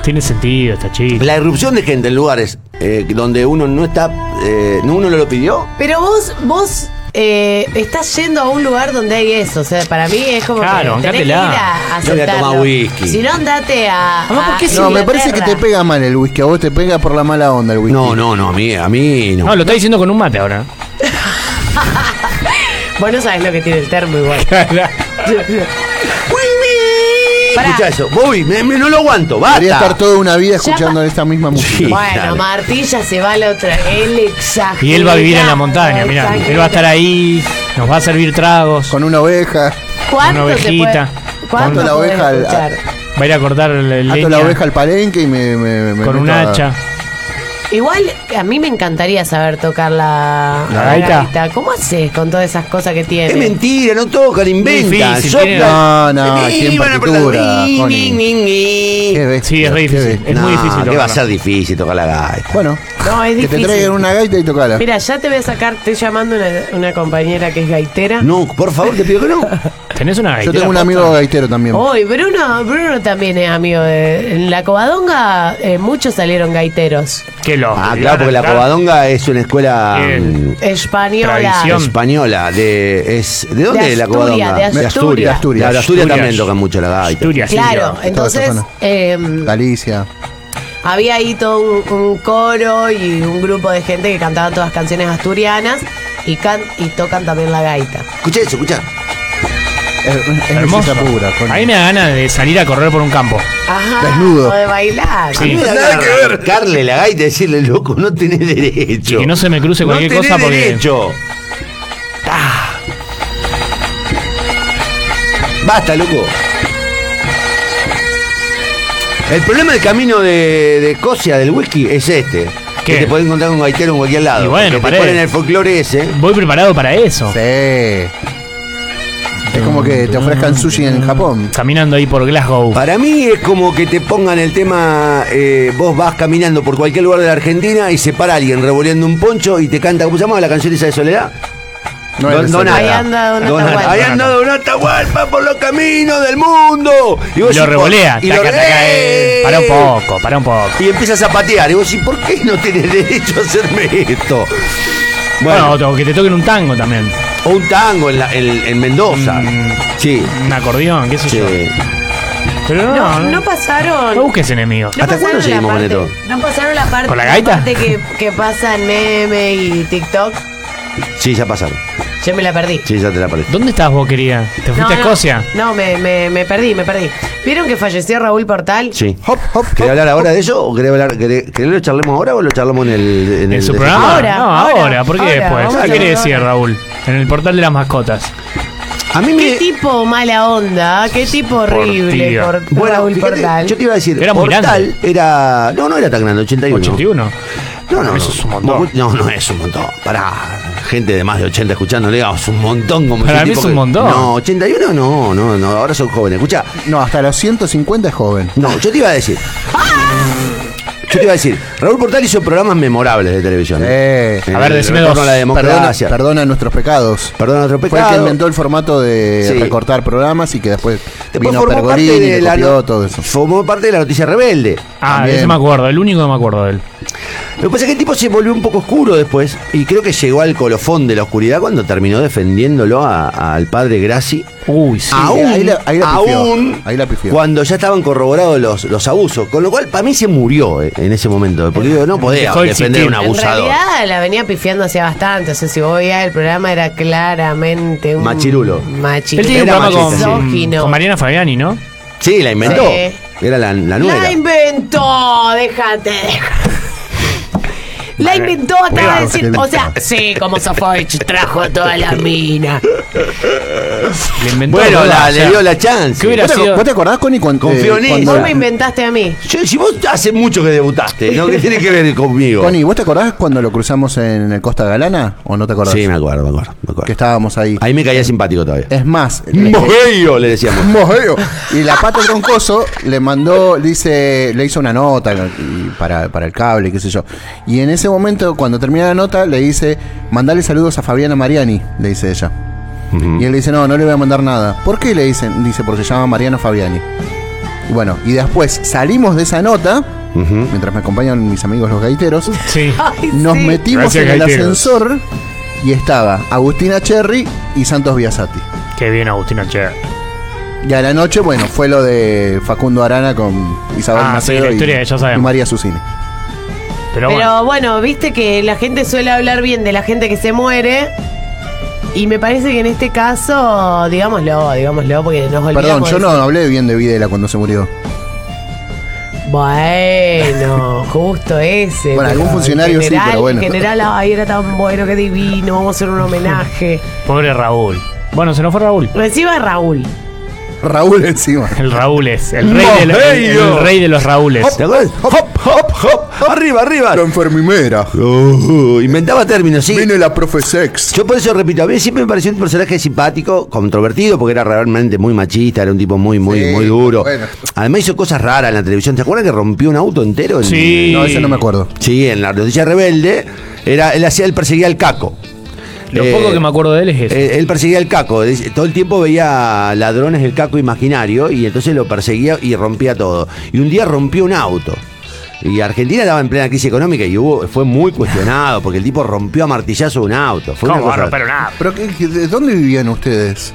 Speaker 7: Tiene sentido esta chica.
Speaker 5: La irrupción de gente en lugares eh, donde uno no está, eh, no uno no lo pidió.
Speaker 3: Pero vos, vos eh, estás yendo a un lugar donde hay eso. O sea, para mí es como
Speaker 8: Claro,
Speaker 3: que tenés que ir
Speaker 8: bancátela.
Speaker 3: a
Speaker 8: Yo voy a
Speaker 3: aceptarlo.
Speaker 8: tomar whisky.
Speaker 3: Si no, andate a. a
Speaker 8: No, me parece que
Speaker 3: Inglaterra.
Speaker 8: te pega mal el whisky. A vos te pega por la mala onda el whisky. No,
Speaker 5: no, no, a mí, a mí
Speaker 7: No, lo está diciendo con un mate ahora.
Speaker 3: Vos no sabés lo que tiene el termo igual.
Speaker 5: Escucha eso. Bobby, me- me- no lo aguanto, basta.
Speaker 8: Debería estar toda una vida
Speaker 3: Ya
Speaker 8: escuchando esta misma música.
Speaker 3: bueno, Martí ya se va a la otra. Él exagera.
Speaker 7: Y él va a vivir en la montaña, mirá. Él va a estar ahí, nos va a servir tragos.
Speaker 8: Con una oveja.
Speaker 7: Con
Speaker 3: ¿Cuánto
Speaker 7: una
Speaker 3: te
Speaker 7: ovejita.
Speaker 3: puede- cuánto
Speaker 7: Con-
Speaker 3: te puede escuchar?
Speaker 7: Va a ir a cortar el el
Speaker 8: Ato
Speaker 7: leña
Speaker 8: la oveja al palenque y me. me- me
Speaker 7: con un
Speaker 8: meto a-
Speaker 7: hacha.
Speaker 3: Igual a mí me encantaría saber tocar la,
Speaker 7: ¿La gaita?
Speaker 3: ¿Cómo haces con todas esas cosas que tiene?
Speaker 5: Es mentira, no tocan, inventan.
Speaker 7: Difícil,
Speaker 5: soplan.
Speaker 7: tiene-
Speaker 8: No, no,
Speaker 5: Y
Speaker 8: aquí en
Speaker 5: van a apretar.
Speaker 8: partitura,
Speaker 5: Ni,
Speaker 8: Connie.
Speaker 5: ni, ni, ni.
Speaker 7: Sí, es re difícil. Es
Speaker 5: No,
Speaker 7: muy difícil.
Speaker 5: ¿Qué va a
Speaker 7: tocarla.
Speaker 5: ser difícil tocar la gaita?
Speaker 8: Bueno,
Speaker 3: No, es
Speaker 8: que te
Speaker 3: difícil.
Speaker 8: traigan una gaita y tocala.
Speaker 3: Mira, ya te voy a sacar, estoy llamando una, una compañera que es gaitera.
Speaker 5: No, por favor, te pido que no.
Speaker 7: ¿Tenés una
Speaker 8: Yo
Speaker 7: gaitera?
Speaker 8: tengo un amigo gaitero también.
Speaker 3: Hoy, Bruno, Bruno también es amigo de. En la Covadonga eh, muchos salieron gaiteros.
Speaker 7: Qué loco.
Speaker 5: Ah, claro, porque la Covadonga es una escuela
Speaker 7: Bien.
Speaker 5: mm,
Speaker 3: Española.
Speaker 5: española. De, es, ¿De dónde
Speaker 3: De
Speaker 5: es la
Speaker 3: Asturias,
Speaker 5: Covadonga?
Speaker 3: de Asturias.
Speaker 5: Asturias.
Speaker 3: De Asturias.
Speaker 5: Claro, Asturias también
Speaker 8: Asturias.
Speaker 5: tocan mucho la gaita.
Speaker 3: Claro, entonces eh,
Speaker 8: Galicia.
Speaker 3: había ahí todo un, un coro y un grupo de gente que cantaban todas canciones asturianas y, can- y tocan también la gaita.
Speaker 5: Escucha eso, escucha.
Speaker 8: Es
Speaker 7: Hermoso.
Speaker 8: belleza pura, Connie.
Speaker 7: A mí me da ganas de salir a correr por un campo.
Speaker 3: Ajá,
Speaker 7: Desnudo.
Speaker 3: o de bailar.
Speaker 7: Sí.
Speaker 5: Nada que ver. Carle la gaita y decirle, loco, no tenés derecho.
Speaker 7: Que no se me cruce
Speaker 5: No
Speaker 7: cualquier
Speaker 5: tenés
Speaker 7: cosa porque.
Speaker 5: derecho. Ah. Basta, loco. El problema del camino de, de Escocia, del whisky, es este.
Speaker 7: ¿Qué?
Speaker 5: Que te podés encontrar un gaitero en cualquier lado.
Speaker 7: Y bueno,
Speaker 5: Que te
Speaker 7: paré.
Speaker 5: ponen el folclore ese.
Speaker 7: Voy preparado para eso.
Speaker 8: Sí. Es como que te ofrezcan sushi en Japón.
Speaker 7: Caminando ahí por Glasgow.
Speaker 5: Para mí es como que te pongan el tema, eh, vos vas caminando por cualquier lugar de la Argentina y se para alguien revoleando un poncho y te canta, ¿cómo se llama la canción esa de Soledad?
Speaker 8: No
Speaker 5: Don-
Speaker 8: es de
Speaker 5: Donata.
Speaker 8: Soledad. Ahí anda Don Atahualpa.
Speaker 5: Ahí anda Donata Hualpa por los caminos del mundo. Y vos
Speaker 7: lo
Speaker 5: decís,
Speaker 7: revolea.
Speaker 5: y lo
Speaker 7: taca, taca,
Speaker 5: re-
Speaker 7: eh. Para un poco, para un poco.
Speaker 5: Y empiezas a patear. Y vos decís, ¿por qué no tenés derecho a hacerme esto?
Speaker 7: Bueno, otro, que te toquen un tango también.
Speaker 5: O un tango en, la- en- en Mendoza.
Speaker 7: Mm.
Speaker 5: sí.
Speaker 7: Un acordeón, qué sé yo. Pero no,
Speaker 3: No,
Speaker 7: no,
Speaker 3: no pasaron.
Speaker 7: no busques enemigos.
Speaker 3: No pasaron la parte- No pasaron la parte,
Speaker 7: ¿Con la gaita?
Speaker 3: parte que, que pasa en meme y TikTok.
Speaker 5: Sí, ya pasaron.
Speaker 3: Yo me la perdí.
Speaker 5: Sí, ya te la paré.
Speaker 7: ¿Dónde estás vos, querida? ¿Te fuiste
Speaker 3: No,
Speaker 7: a Escocia?
Speaker 3: No, no me, me, me perdí, me perdí. ¿Vieron que falleció Raúl Portal?
Speaker 5: Sí. Hop, hop, ¿Querés hablar ahora de eso? ¿O querés hablar, querés, querés lo charlemos ahora o lo charlamos en el. En, el
Speaker 7: ¿En su programa?
Speaker 5: desayuno?
Speaker 7: no, ahora, ¿por qué
Speaker 3: ahora, vamos
Speaker 7: después?
Speaker 3: a
Speaker 7: ¿Qué quiere
Speaker 3: hablar
Speaker 7: decir
Speaker 3: ahora.
Speaker 7: Raúl? En el portal de las mascotas.
Speaker 5: A mí
Speaker 3: Qué tipo mala onda, qué tipo horrible
Speaker 5: Portilla.
Speaker 3: por
Speaker 5: Bueno,
Speaker 3: Raúl
Speaker 5: fíjate,
Speaker 3: Portal.
Speaker 5: Yo te iba a decir,
Speaker 7: Era muy
Speaker 5: Portal
Speaker 7: grande.
Speaker 5: era. No, no era tan grande, 81.
Speaker 7: 81.
Speaker 10: No, no,
Speaker 5: Eso es un
Speaker 10: montón.
Speaker 5: No, no es un montón. Para gente de más de 80 escuchando, le digamos, un montón como
Speaker 8: Para
Speaker 5: ese
Speaker 8: mí
Speaker 5: tipo
Speaker 8: es un
Speaker 5: que-
Speaker 8: montón.
Speaker 5: No, 81 no, no, no, ahora son jóvenes. Escucha.
Speaker 8: No, hasta los 150 es joven.
Speaker 5: No, yo te iba a decir. Yo te iba a decir, Raúl Portal hizo programas memorables de televisión. ¿eh? En
Speaker 8: A ver,
Speaker 5: el
Speaker 8: decime
Speaker 5: retorno
Speaker 8: dos.
Speaker 5: a la democracia.
Speaker 8: Perdona- perdona nuestros pecados.
Speaker 5: Perdona nuestros
Speaker 8: Fue el
Speaker 5: pecados.
Speaker 8: que inventó el formato de
Speaker 5: Sí.
Speaker 8: recortar programas y que después,
Speaker 5: Después
Speaker 8: vino
Speaker 5: formó parte
Speaker 8: Pergolini,
Speaker 5: de
Speaker 8: le
Speaker 5: la
Speaker 8: copió
Speaker 5: no-
Speaker 8: todo eso.
Speaker 5: Formó parte de la noticia rebelde.
Speaker 7: Ah, de ese me acuerdo, el único que me acuerdo de él.
Speaker 5: Lo que pasa es que el tipo se volvió un poco oscuro después y creo que llegó al colofón de la oscuridad cuando terminó defendiéndolo a- al padre Graci.
Speaker 7: Uy, sí.
Speaker 5: Aún,
Speaker 8: Ah, ahí la- ahí la pifió.
Speaker 5: aún
Speaker 8: Ahí la pifió.
Speaker 5: cuando ya estaban corroborados los, los abusos. Con lo cual, para mí se murió eh, en ese momento. Porque digo, no podía
Speaker 7: Dejó de
Speaker 5: defender a un
Speaker 7: existir.
Speaker 3: En
Speaker 5: abusador.
Speaker 3: realidad la venía pifiando hacía bastante. O sea, si vos veías el programa era claramente un.
Speaker 5: Machirulo.
Speaker 3: Machirulo.
Speaker 7: Él tiene un programa con,
Speaker 3: Misógino.
Speaker 7: con Mariana Fabiani, ¿no?
Speaker 5: Sí, la inventó.
Speaker 3: Sí.
Speaker 5: Era la, la nuera.
Speaker 3: La inventó, déjate. La inventó, acaba de
Speaker 5: Cuidado,
Speaker 3: decir. O sea, sí, como Sofovich trajo a toda la mina.
Speaker 5: bueno,
Speaker 8: ¿verdad?
Speaker 5: la-
Speaker 8: O
Speaker 5: le
Speaker 8: sea,
Speaker 5: dio la chance. Eh,
Speaker 8: ¿Vos te, vos te acordás, Connie, eh, cuando,
Speaker 5: Confío en
Speaker 8: cuando-
Speaker 5: ella.
Speaker 3: Me inventaste a mí.
Speaker 5: Yo- si vos hace mucho que debutaste, ¿no? ¿Qué tiene que ver conmigo?
Speaker 8: Connie, ¿vos te acordás cuando lo cruzamos en el Costa Galana? ¿O no te acordás?
Speaker 5: Sí, me acuerdo, me acuerdo. me acuerdo.
Speaker 8: Que estábamos ahí.
Speaker 5: Ahí me caía simpático todavía.
Speaker 8: Es más,
Speaker 5: Mojeyo, le decíamos.
Speaker 8: Mojeo. Y la Pato Troncoso le mandó, le, dice, le hizo una nota y para, para el cable, qué sé yo. Y en ese momento, cuando termina la nota, le dice, mandale saludos a Fabiana Mariani, le dice ella. Y él le dice, no, no le voy a mandar nada. ¿Por qué le dicen? Dice, porque se llama Mariano Fabiani. Y bueno, y después salimos de esa nota, mientras me acompañan mis amigos los gaiteros,
Speaker 3: *laughs* Ah.
Speaker 8: nos
Speaker 3: sí.
Speaker 8: metimos
Speaker 7: Gracias,
Speaker 8: en el
Speaker 7: gaiteros.
Speaker 8: ascensor y estaba Agustina Cherry y Santos Biasati.
Speaker 7: Qué bien, Agustina Che.
Speaker 8: Y a la noche, bueno, fue lo de Facundo Arana con Isabel
Speaker 7: Ah, sí,
Speaker 8: Macedo
Speaker 7: la
Speaker 8: y-
Speaker 7: historia, ya
Speaker 8: y,
Speaker 7: sabemos.
Speaker 8: María Susini.
Speaker 7: Pero bueno,
Speaker 3: Pero bueno, viste que la gente suele hablar bien de la gente que se muere. Y me parece que en este caso, digámoslo, digámoslo, porque nos
Speaker 8: Perdón,
Speaker 3: olvidamos.
Speaker 8: yo
Speaker 3: de-
Speaker 8: no hablé bien de Videla cuando se murió.
Speaker 3: Bueno, justo ese.
Speaker 8: Bueno, algún
Speaker 3: pero en
Speaker 8: funcionario sí,
Speaker 3: general-
Speaker 8: pero bueno.
Speaker 3: En general, ay, era tan bueno, qué divino, vamos a hacer un homenaje.
Speaker 7: pobre Raúl. Bueno, se nos fue Raúl.
Speaker 3: Reciba a Raúl.
Speaker 8: Raúl encima.
Speaker 7: El Raúl es, el rey, de, los- el- el rey de los Raúles.
Speaker 5: ¿Te acuerdas? Hop, hop, hop. Arriba, arriba.
Speaker 8: La enfermimera.
Speaker 5: Uh, inventaba términos, sí.
Speaker 8: Vino la profe sex.
Speaker 5: Yo por eso repito, a mí siempre me pareció un personaje simpático, controvertido, porque era realmente muy machista, era un tipo muy, muy,
Speaker 8: Sí,
Speaker 5: muy duro.
Speaker 8: bueno.
Speaker 5: Además hizo cosas raras en la televisión. ¿Te acuerdan que rompió un auto entero? en-
Speaker 7: Sí.
Speaker 8: No, ese no me acuerdo.
Speaker 5: Sí, en la noticia rebelde, era, él hacía, él perseguía al caco.
Speaker 7: Lo
Speaker 5: Eh,
Speaker 7: poco que me acuerdo de él es este. eso.
Speaker 5: eh, él perseguía al caco, dice, todo el tiempo veía ladrones del caco imaginario y entonces lo perseguía y rompía todo. Y un día rompió un auto. Y Argentina estaba en plena crisis económica y hubo, fue muy cuestionado porque el tipo rompió a martillazo un auto. Fue una
Speaker 7: ¿Cómo va a
Speaker 5: cosa-
Speaker 7: romper un auto?
Speaker 8: ¿Pero qué- qué- de dónde vivían ustedes?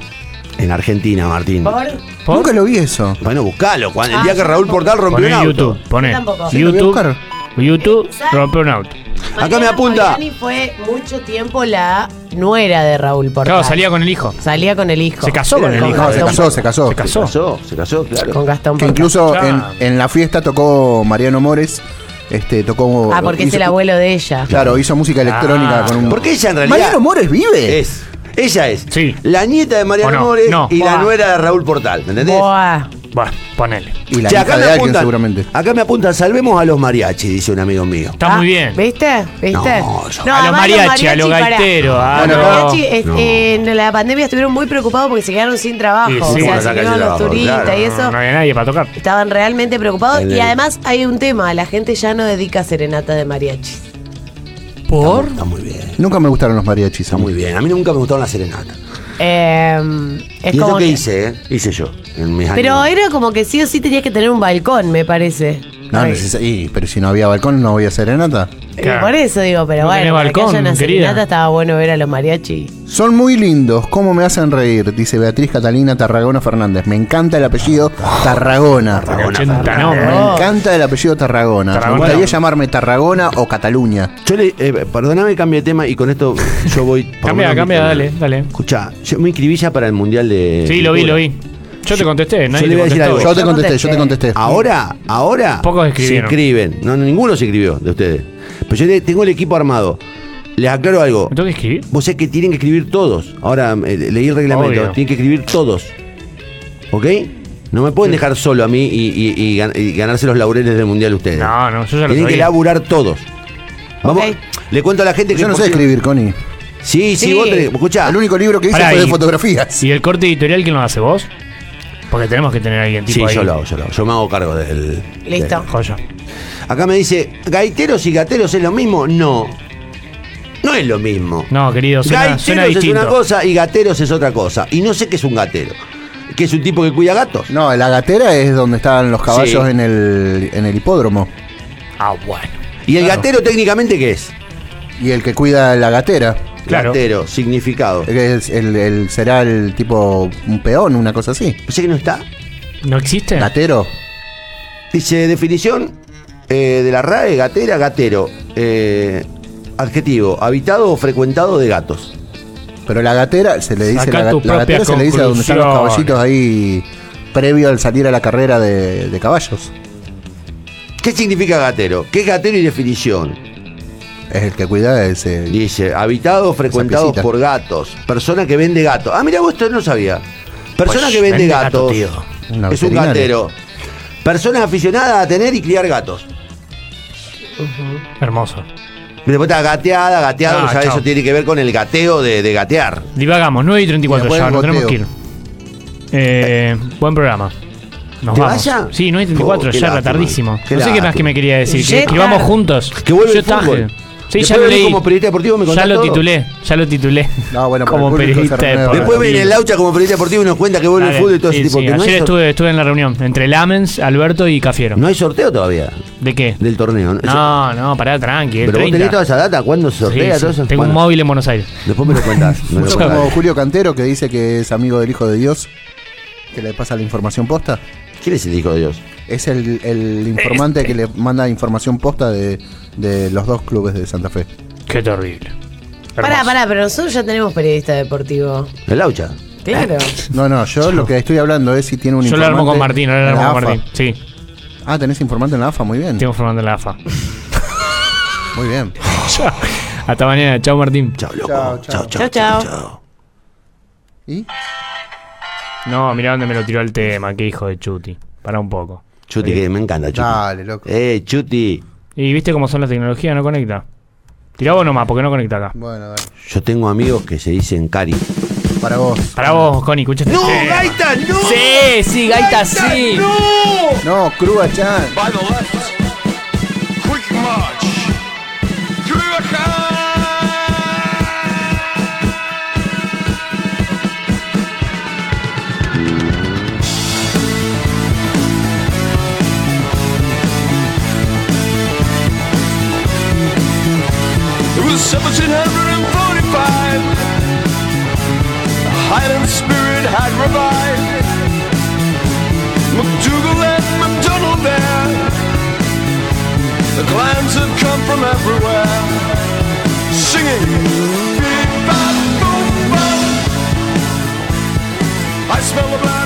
Speaker 5: En Argentina, Martín.
Speaker 7: ¿Por?
Speaker 8: Nunca lo vi eso.
Speaker 5: Bueno, buscalo. Cuando- el día que Raúl Portal rompió
Speaker 7: Poné
Speaker 5: un auto.
Speaker 7: YouTube, poné.
Speaker 3: Tampoco.
Speaker 8: Sí, lo voy a
Speaker 7: YouTube,
Speaker 8: buscar.
Speaker 7: YouTube rompe un auto.
Speaker 5: Acá me apunta.
Speaker 3: Fabiani fue mucho tiempo la nuera de Raúl Portal.
Speaker 7: Claro, salía con el hijo.
Speaker 3: Salía con el hijo.
Speaker 7: Se casó con el hijo.
Speaker 8: No, se
Speaker 3: Gastón-
Speaker 8: casó, se casó.
Speaker 7: Ah, Se
Speaker 5: Se
Speaker 7: casó.
Speaker 5: casó, se casó, claro.
Speaker 3: Con Gastón
Speaker 8: Que
Speaker 3: Portal.
Speaker 8: incluso en,
Speaker 7: Claro.
Speaker 8: en la fiesta tocó Mariano Mores. Este, tocó.
Speaker 3: Ah, porque es
Speaker 8: hizo-
Speaker 3: el abuelo de ella.
Speaker 8: Claro, hizo música electrónica
Speaker 7: Ah.
Speaker 8: con un.
Speaker 5: Porque ella en realidad.
Speaker 8: Mariano Mores vive.
Speaker 5: Es. Ella es
Speaker 7: Sí.
Speaker 5: la nieta de
Speaker 7: ¿O
Speaker 5: Mariano
Speaker 7: no?
Speaker 5: Mores
Speaker 7: No.
Speaker 5: y la
Speaker 7: Buah.
Speaker 5: nuera de Raúl Portal, ¿me entendés?
Speaker 3: Buah.
Speaker 7: Bueno, ponele.
Speaker 8: Y la
Speaker 5: Che,
Speaker 8: hija de alguien, seguramente.
Speaker 5: Acá me apuntan, salvemos a los mariachi, dice un amigo mío.
Speaker 7: Está
Speaker 3: Ah,
Speaker 7: muy bien.
Speaker 3: ¿Viste? ¿Viste?
Speaker 5: No, yo-
Speaker 7: a
Speaker 3: además
Speaker 7: los mariachi, a
Speaker 3: mariachi,
Speaker 7: los
Speaker 3: pará.
Speaker 7: gaiteros, a
Speaker 8: Bueno,
Speaker 3: Los
Speaker 8: no.
Speaker 7: los...
Speaker 3: mariachi, es-
Speaker 5: No.
Speaker 3: en la pandemia estuvieron muy preocupados porque se quedaron sin trabajo.
Speaker 7: Sí, sí.
Speaker 3: o
Speaker 7: Bueno,
Speaker 3: sea, se
Speaker 5: saca
Speaker 3: quedaron
Speaker 5: ese
Speaker 3: los
Speaker 5: trabajo,
Speaker 3: turistas
Speaker 5: claro.
Speaker 3: y
Speaker 7: No,
Speaker 3: eso.
Speaker 7: no había nadie para tocar.
Speaker 3: Estaban realmente preocupados.
Speaker 5: El-
Speaker 3: Y además hay un tema: la gente ya no dedica serenata de mariachi.
Speaker 7: ¿Por?
Speaker 5: Está muy bien,
Speaker 8: Nunca me gustaron los mariachis.
Speaker 5: está muy bien. A mí nunca me gustaron las serenatas.
Speaker 3: Eh, es
Speaker 5: y es
Speaker 3: como
Speaker 5: lo que
Speaker 3: que-
Speaker 5: hice, ¿eh? Hice yo. En mis
Speaker 3: Pero
Speaker 5: años.
Speaker 3: era como que sí o sí tenías que tener un balcón, me parece.
Speaker 8: No,
Speaker 3: Ay,
Speaker 8: neces- y, pero si no había balcón, no había serenata.
Speaker 3: eh, Por eso digo, pero
Speaker 7: No
Speaker 3: bueno,
Speaker 7: tenés
Speaker 3: para que
Speaker 7: balcón,
Speaker 3: haya una
Speaker 7: querida.
Speaker 3: serenata estaba bueno ver a los mariachi.
Speaker 8: Son muy lindos, cómo me hacen reír, dice Beatriz Catalina Tarragona Fernández. Me encanta el apellido Tarragona.
Speaker 5: Tarragona,
Speaker 7: 80
Speaker 8: Me
Speaker 7: nombres.
Speaker 8: encanta el apellido Tarragona.
Speaker 7: Tarragona.
Speaker 8: Me gustaría llamarme Tarragona o Cataluña.
Speaker 5: Yo le, eh, perdóname, cambio de tema y con esto yo
Speaker 7: *laughs*
Speaker 5: voy. por lo
Speaker 7: Cambia,
Speaker 5: menos
Speaker 7: cambia,
Speaker 5: mi-
Speaker 7: dale, dale.
Speaker 5: Escuchá, yo me inscribí ya para el mundial de.
Speaker 7: Sí, lo vi,
Speaker 5: Cultura.
Speaker 7: lo vi. Yo te contesté, nadie
Speaker 5: le
Speaker 7: te
Speaker 5: voy a decir algo.
Speaker 7: contestó.
Speaker 8: Yo te contesté, yo te contesté.
Speaker 5: Ahora, ahora.
Speaker 7: Pocos
Speaker 5: se
Speaker 7: escribieron.
Speaker 5: inscriben. No, no, ninguno se escribió de ustedes. Pero yo le- tengo el equipo armado. Les aclaro algo.
Speaker 7: ¿Me tengo que escribir?
Speaker 5: Vos sabés que tienen que escribir todos. Ahora eh, leí el reglamento.
Speaker 7: Obvio.
Speaker 5: Tienen que escribir todos. ¿Ok? No me pueden dejar solo a mí y, y- y gan- y ganarse los laureles del mundial ustedes.
Speaker 7: No, no, yo ya lo
Speaker 5: Tienen que
Speaker 7: sabía.
Speaker 5: laburar todos. Vamos, Le cuento a la gente que. Ah.
Speaker 8: Yo no
Speaker 5: por
Speaker 8: sé
Speaker 5: qué-
Speaker 8: escribir, Connie.
Speaker 5: Sí, sí,
Speaker 8: Sí.
Speaker 5: vos tenés. Escuchá. El único libro
Speaker 7: Pará, y- ¿Y el corte editorial quién lo hace vos? Porque tenemos que tener a alguien tipo
Speaker 5: Sí,
Speaker 7: ahí.
Speaker 5: yo lo hago, yo lo hago. Yo me hago cargo del.
Speaker 3: Listo.
Speaker 7: Joya.
Speaker 5: Acá me dice, ¿gaiteros y gateros es lo mismo? No. No es lo mismo.
Speaker 7: No, querido, suena,
Speaker 5: gaiteros
Speaker 7: suena
Speaker 5: es
Speaker 7: distinto.
Speaker 5: una cosa y gateros es otra cosa. Y no sé qué es un gatero. ¿Que es un tipo que cuida gatos?
Speaker 8: No, la gatera es donde estaban los caballos
Speaker 5: Sí.
Speaker 8: en, el, en el hipódromo.
Speaker 7: Ah, bueno.
Speaker 5: ¿Y el gatero técnicamente qué es?
Speaker 8: Y el que cuida la gatera.
Speaker 5: Claro. Gatero, significado.
Speaker 8: será el tipo un peón, una cosa así.
Speaker 5: Pensé que no está.
Speaker 7: ¿No existe?
Speaker 8: Gatero.
Speaker 5: Dice, definición eh, de la RAE, gatera, gatero. Eh, adjetivo, habitado o frecuentado de gatos.
Speaker 8: Pero la gatera se le dice
Speaker 5: Saca
Speaker 8: la, ga-
Speaker 5: tu
Speaker 8: la
Speaker 5: propia
Speaker 8: gatera se le dice a donde están los
Speaker 5: conclusión.
Speaker 8: caballitos ahí previo al salir a la carrera de, de caballos.
Speaker 5: ¿Qué significa gatero? ¿Qué es gatero y definición?
Speaker 8: Es el que cuida ese.
Speaker 5: Dice, habitado o frecuentado
Speaker 8: piecita.
Speaker 5: por gatos. Persona que vende gatos. Ah, mira, vos esto no sabía. Persona
Speaker 8: Pues,
Speaker 5: que vende,
Speaker 8: vende gato,
Speaker 5: gatos.
Speaker 8: tío. Una
Speaker 5: es un
Speaker 8: veterinaria.
Speaker 5: gatero. Persona aficionada a tener y criar gatos.
Speaker 7: Hermoso.
Speaker 5: Después está gateada, gateado,
Speaker 7: Ah,
Speaker 5: o sea,
Speaker 7: chao.
Speaker 5: eso tiene que ver con el gateo de, de gatear.
Speaker 7: Divagamos, 9 y 34
Speaker 5: Después
Speaker 7: ya, nos
Speaker 5: el
Speaker 7: tenemos que
Speaker 5: goteo.
Speaker 7: ir. Eh, buen programa. Nos
Speaker 5: ¿Te
Speaker 7: vamos.
Speaker 5: vaya?
Speaker 7: Sí, 9 y 34,
Speaker 5: Oh, qué
Speaker 7: ya era
Speaker 5: lástima.
Speaker 7: tardísimo.
Speaker 5: Qué
Speaker 7: no sé qué más
Speaker 5: lástima.
Speaker 7: que me quería decir.
Speaker 5: Ya
Speaker 7: Que escribamos
Speaker 5: está.
Speaker 7: juntos.
Speaker 5: Que vuelve
Speaker 7: Yo
Speaker 5: el fútbol.
Speaker 7: Sí,
Speaker 5: Después
Speaker 7: ya lo
Speaker 5: venís
Speaker 7: leí.
Speaker 5: como periodista deportivo, me
Speaker 7: Ya
Speaker 5: contás
Speaker 7: lo
Speaker 5: todo.
Speaker 7: titulé, ya lo
Speaker 5: *laughs*
Speaker 7: titulé.
Speaker 8: No, bueno,
Speaker 7: como
Speaker 5: Público
Speaker 7: periodista
Speaker 5: se renueva.
Speaker 7: deportivo.
Speaker 5: Después viene el Laucha como periodista deportivo y nos cuenta que vuelve
Speaker 7: Dale.
Speaker 5: el fútbol y todo
Speaker 7: Sí,
Speaker 5: ese tipo.
Speaker 7: sí,
Speaker 5: que no
Speaker 7: Ayer
Speaker 5: hay sor-
Speaker 7: estuve, estuve en la reunión entre Lamens, Alberto y Cafiero.
Speaker 5: No hay sorteo todavía.
Speaker 7: ¿De qué?
Speaker 5: Del torneo. ¿no?
Speaker 7: No, no, pará, tranqui. el
Speaker 5: Pero vos
Speaker 7: 30.
Speaker 5: tenés toda esa data, ¿cuándo se sortea?
Speaker 7: Sí,
Speaker 5: todo
Speaker 7: sí,
Speaker 5: eso?
Speaker 7: Tengo un
Speaker 5: Bueno,
Speaker 7: móvil en Buenos Aires.
Speaker 5: Después me lo contás. me
Speaker 7: *laughs*
Speaker 5: lo
Speaker 8: Es
Speaker 5: contás.
Speaker 8: como Julio Cantero que dice que es amigo del Hijo de Dios, que le pasa la información posta.
Speaker 5: ¿Quién es el Hijo de Dios?
Speaker 8: Es el, el informante que le manda información posta de, de los dos clubes de Santa Fe.
Speaker 7: Qué terrible.
Speaker 3: Pará, pará, pero nosotros ya tenemos periodista deportivo.
Speaker 5: El Laucha.
Speaker 3: Claro.
Speaker 8: No, no, yo lo que estoy hablando es si tiene un
Speaker 7: Yo lo
Speaker 8: informante.
Speaker 7: armo con Martín, ahora
Speaker 8: en
Speaker 7: lo
Speaker 8: la
Speaker 7: armo con
Speaker 8: AFA.
Speaker 7: Martín. Sí,
Speaker 8: Ah, tenés informante en la AFA, muy bien.
Speaker 7: tengo formando la AFA.
Speaker 8: Muy bien.
Speaker 7: *laughs* Hasta mañana, chao Martín.
Speaker 5: Chao,
Speaker 8: Chao, chao.
Speaker 3: Chao, chao.
Speaker 7: No, mirá dónde me lo tiró el tema, qué hijo de Chuti. Para un poco.
Speaker 5: Chuti, que me encanta, Chuti.
Speaker 8: Dale, loco.
Speaker 5: Eh, Chuti.
Speaker 7: Y viste cómo son las tecnologías, no conecta. Tirá vos nomás, porque no conecta acá.
Speaker 8: Bueno, dale.
Speaker 5: Yo tengo amigos que se dicen Cari.
Speaker 8: Para vos.
Speaker 7: Para vos, Connie, escucha este tema.
Speaker 5: no!
Speaker 7: Sí, sí, gaita, sí.
Speaker 8: No, Crua Chan.
Speaker 1: It was 1745. The Highland spirit had revived. McDougal and MacDonald there. The clans had come from everywhere. Singing. "Beep, bop, boom, bop." I smell the blood.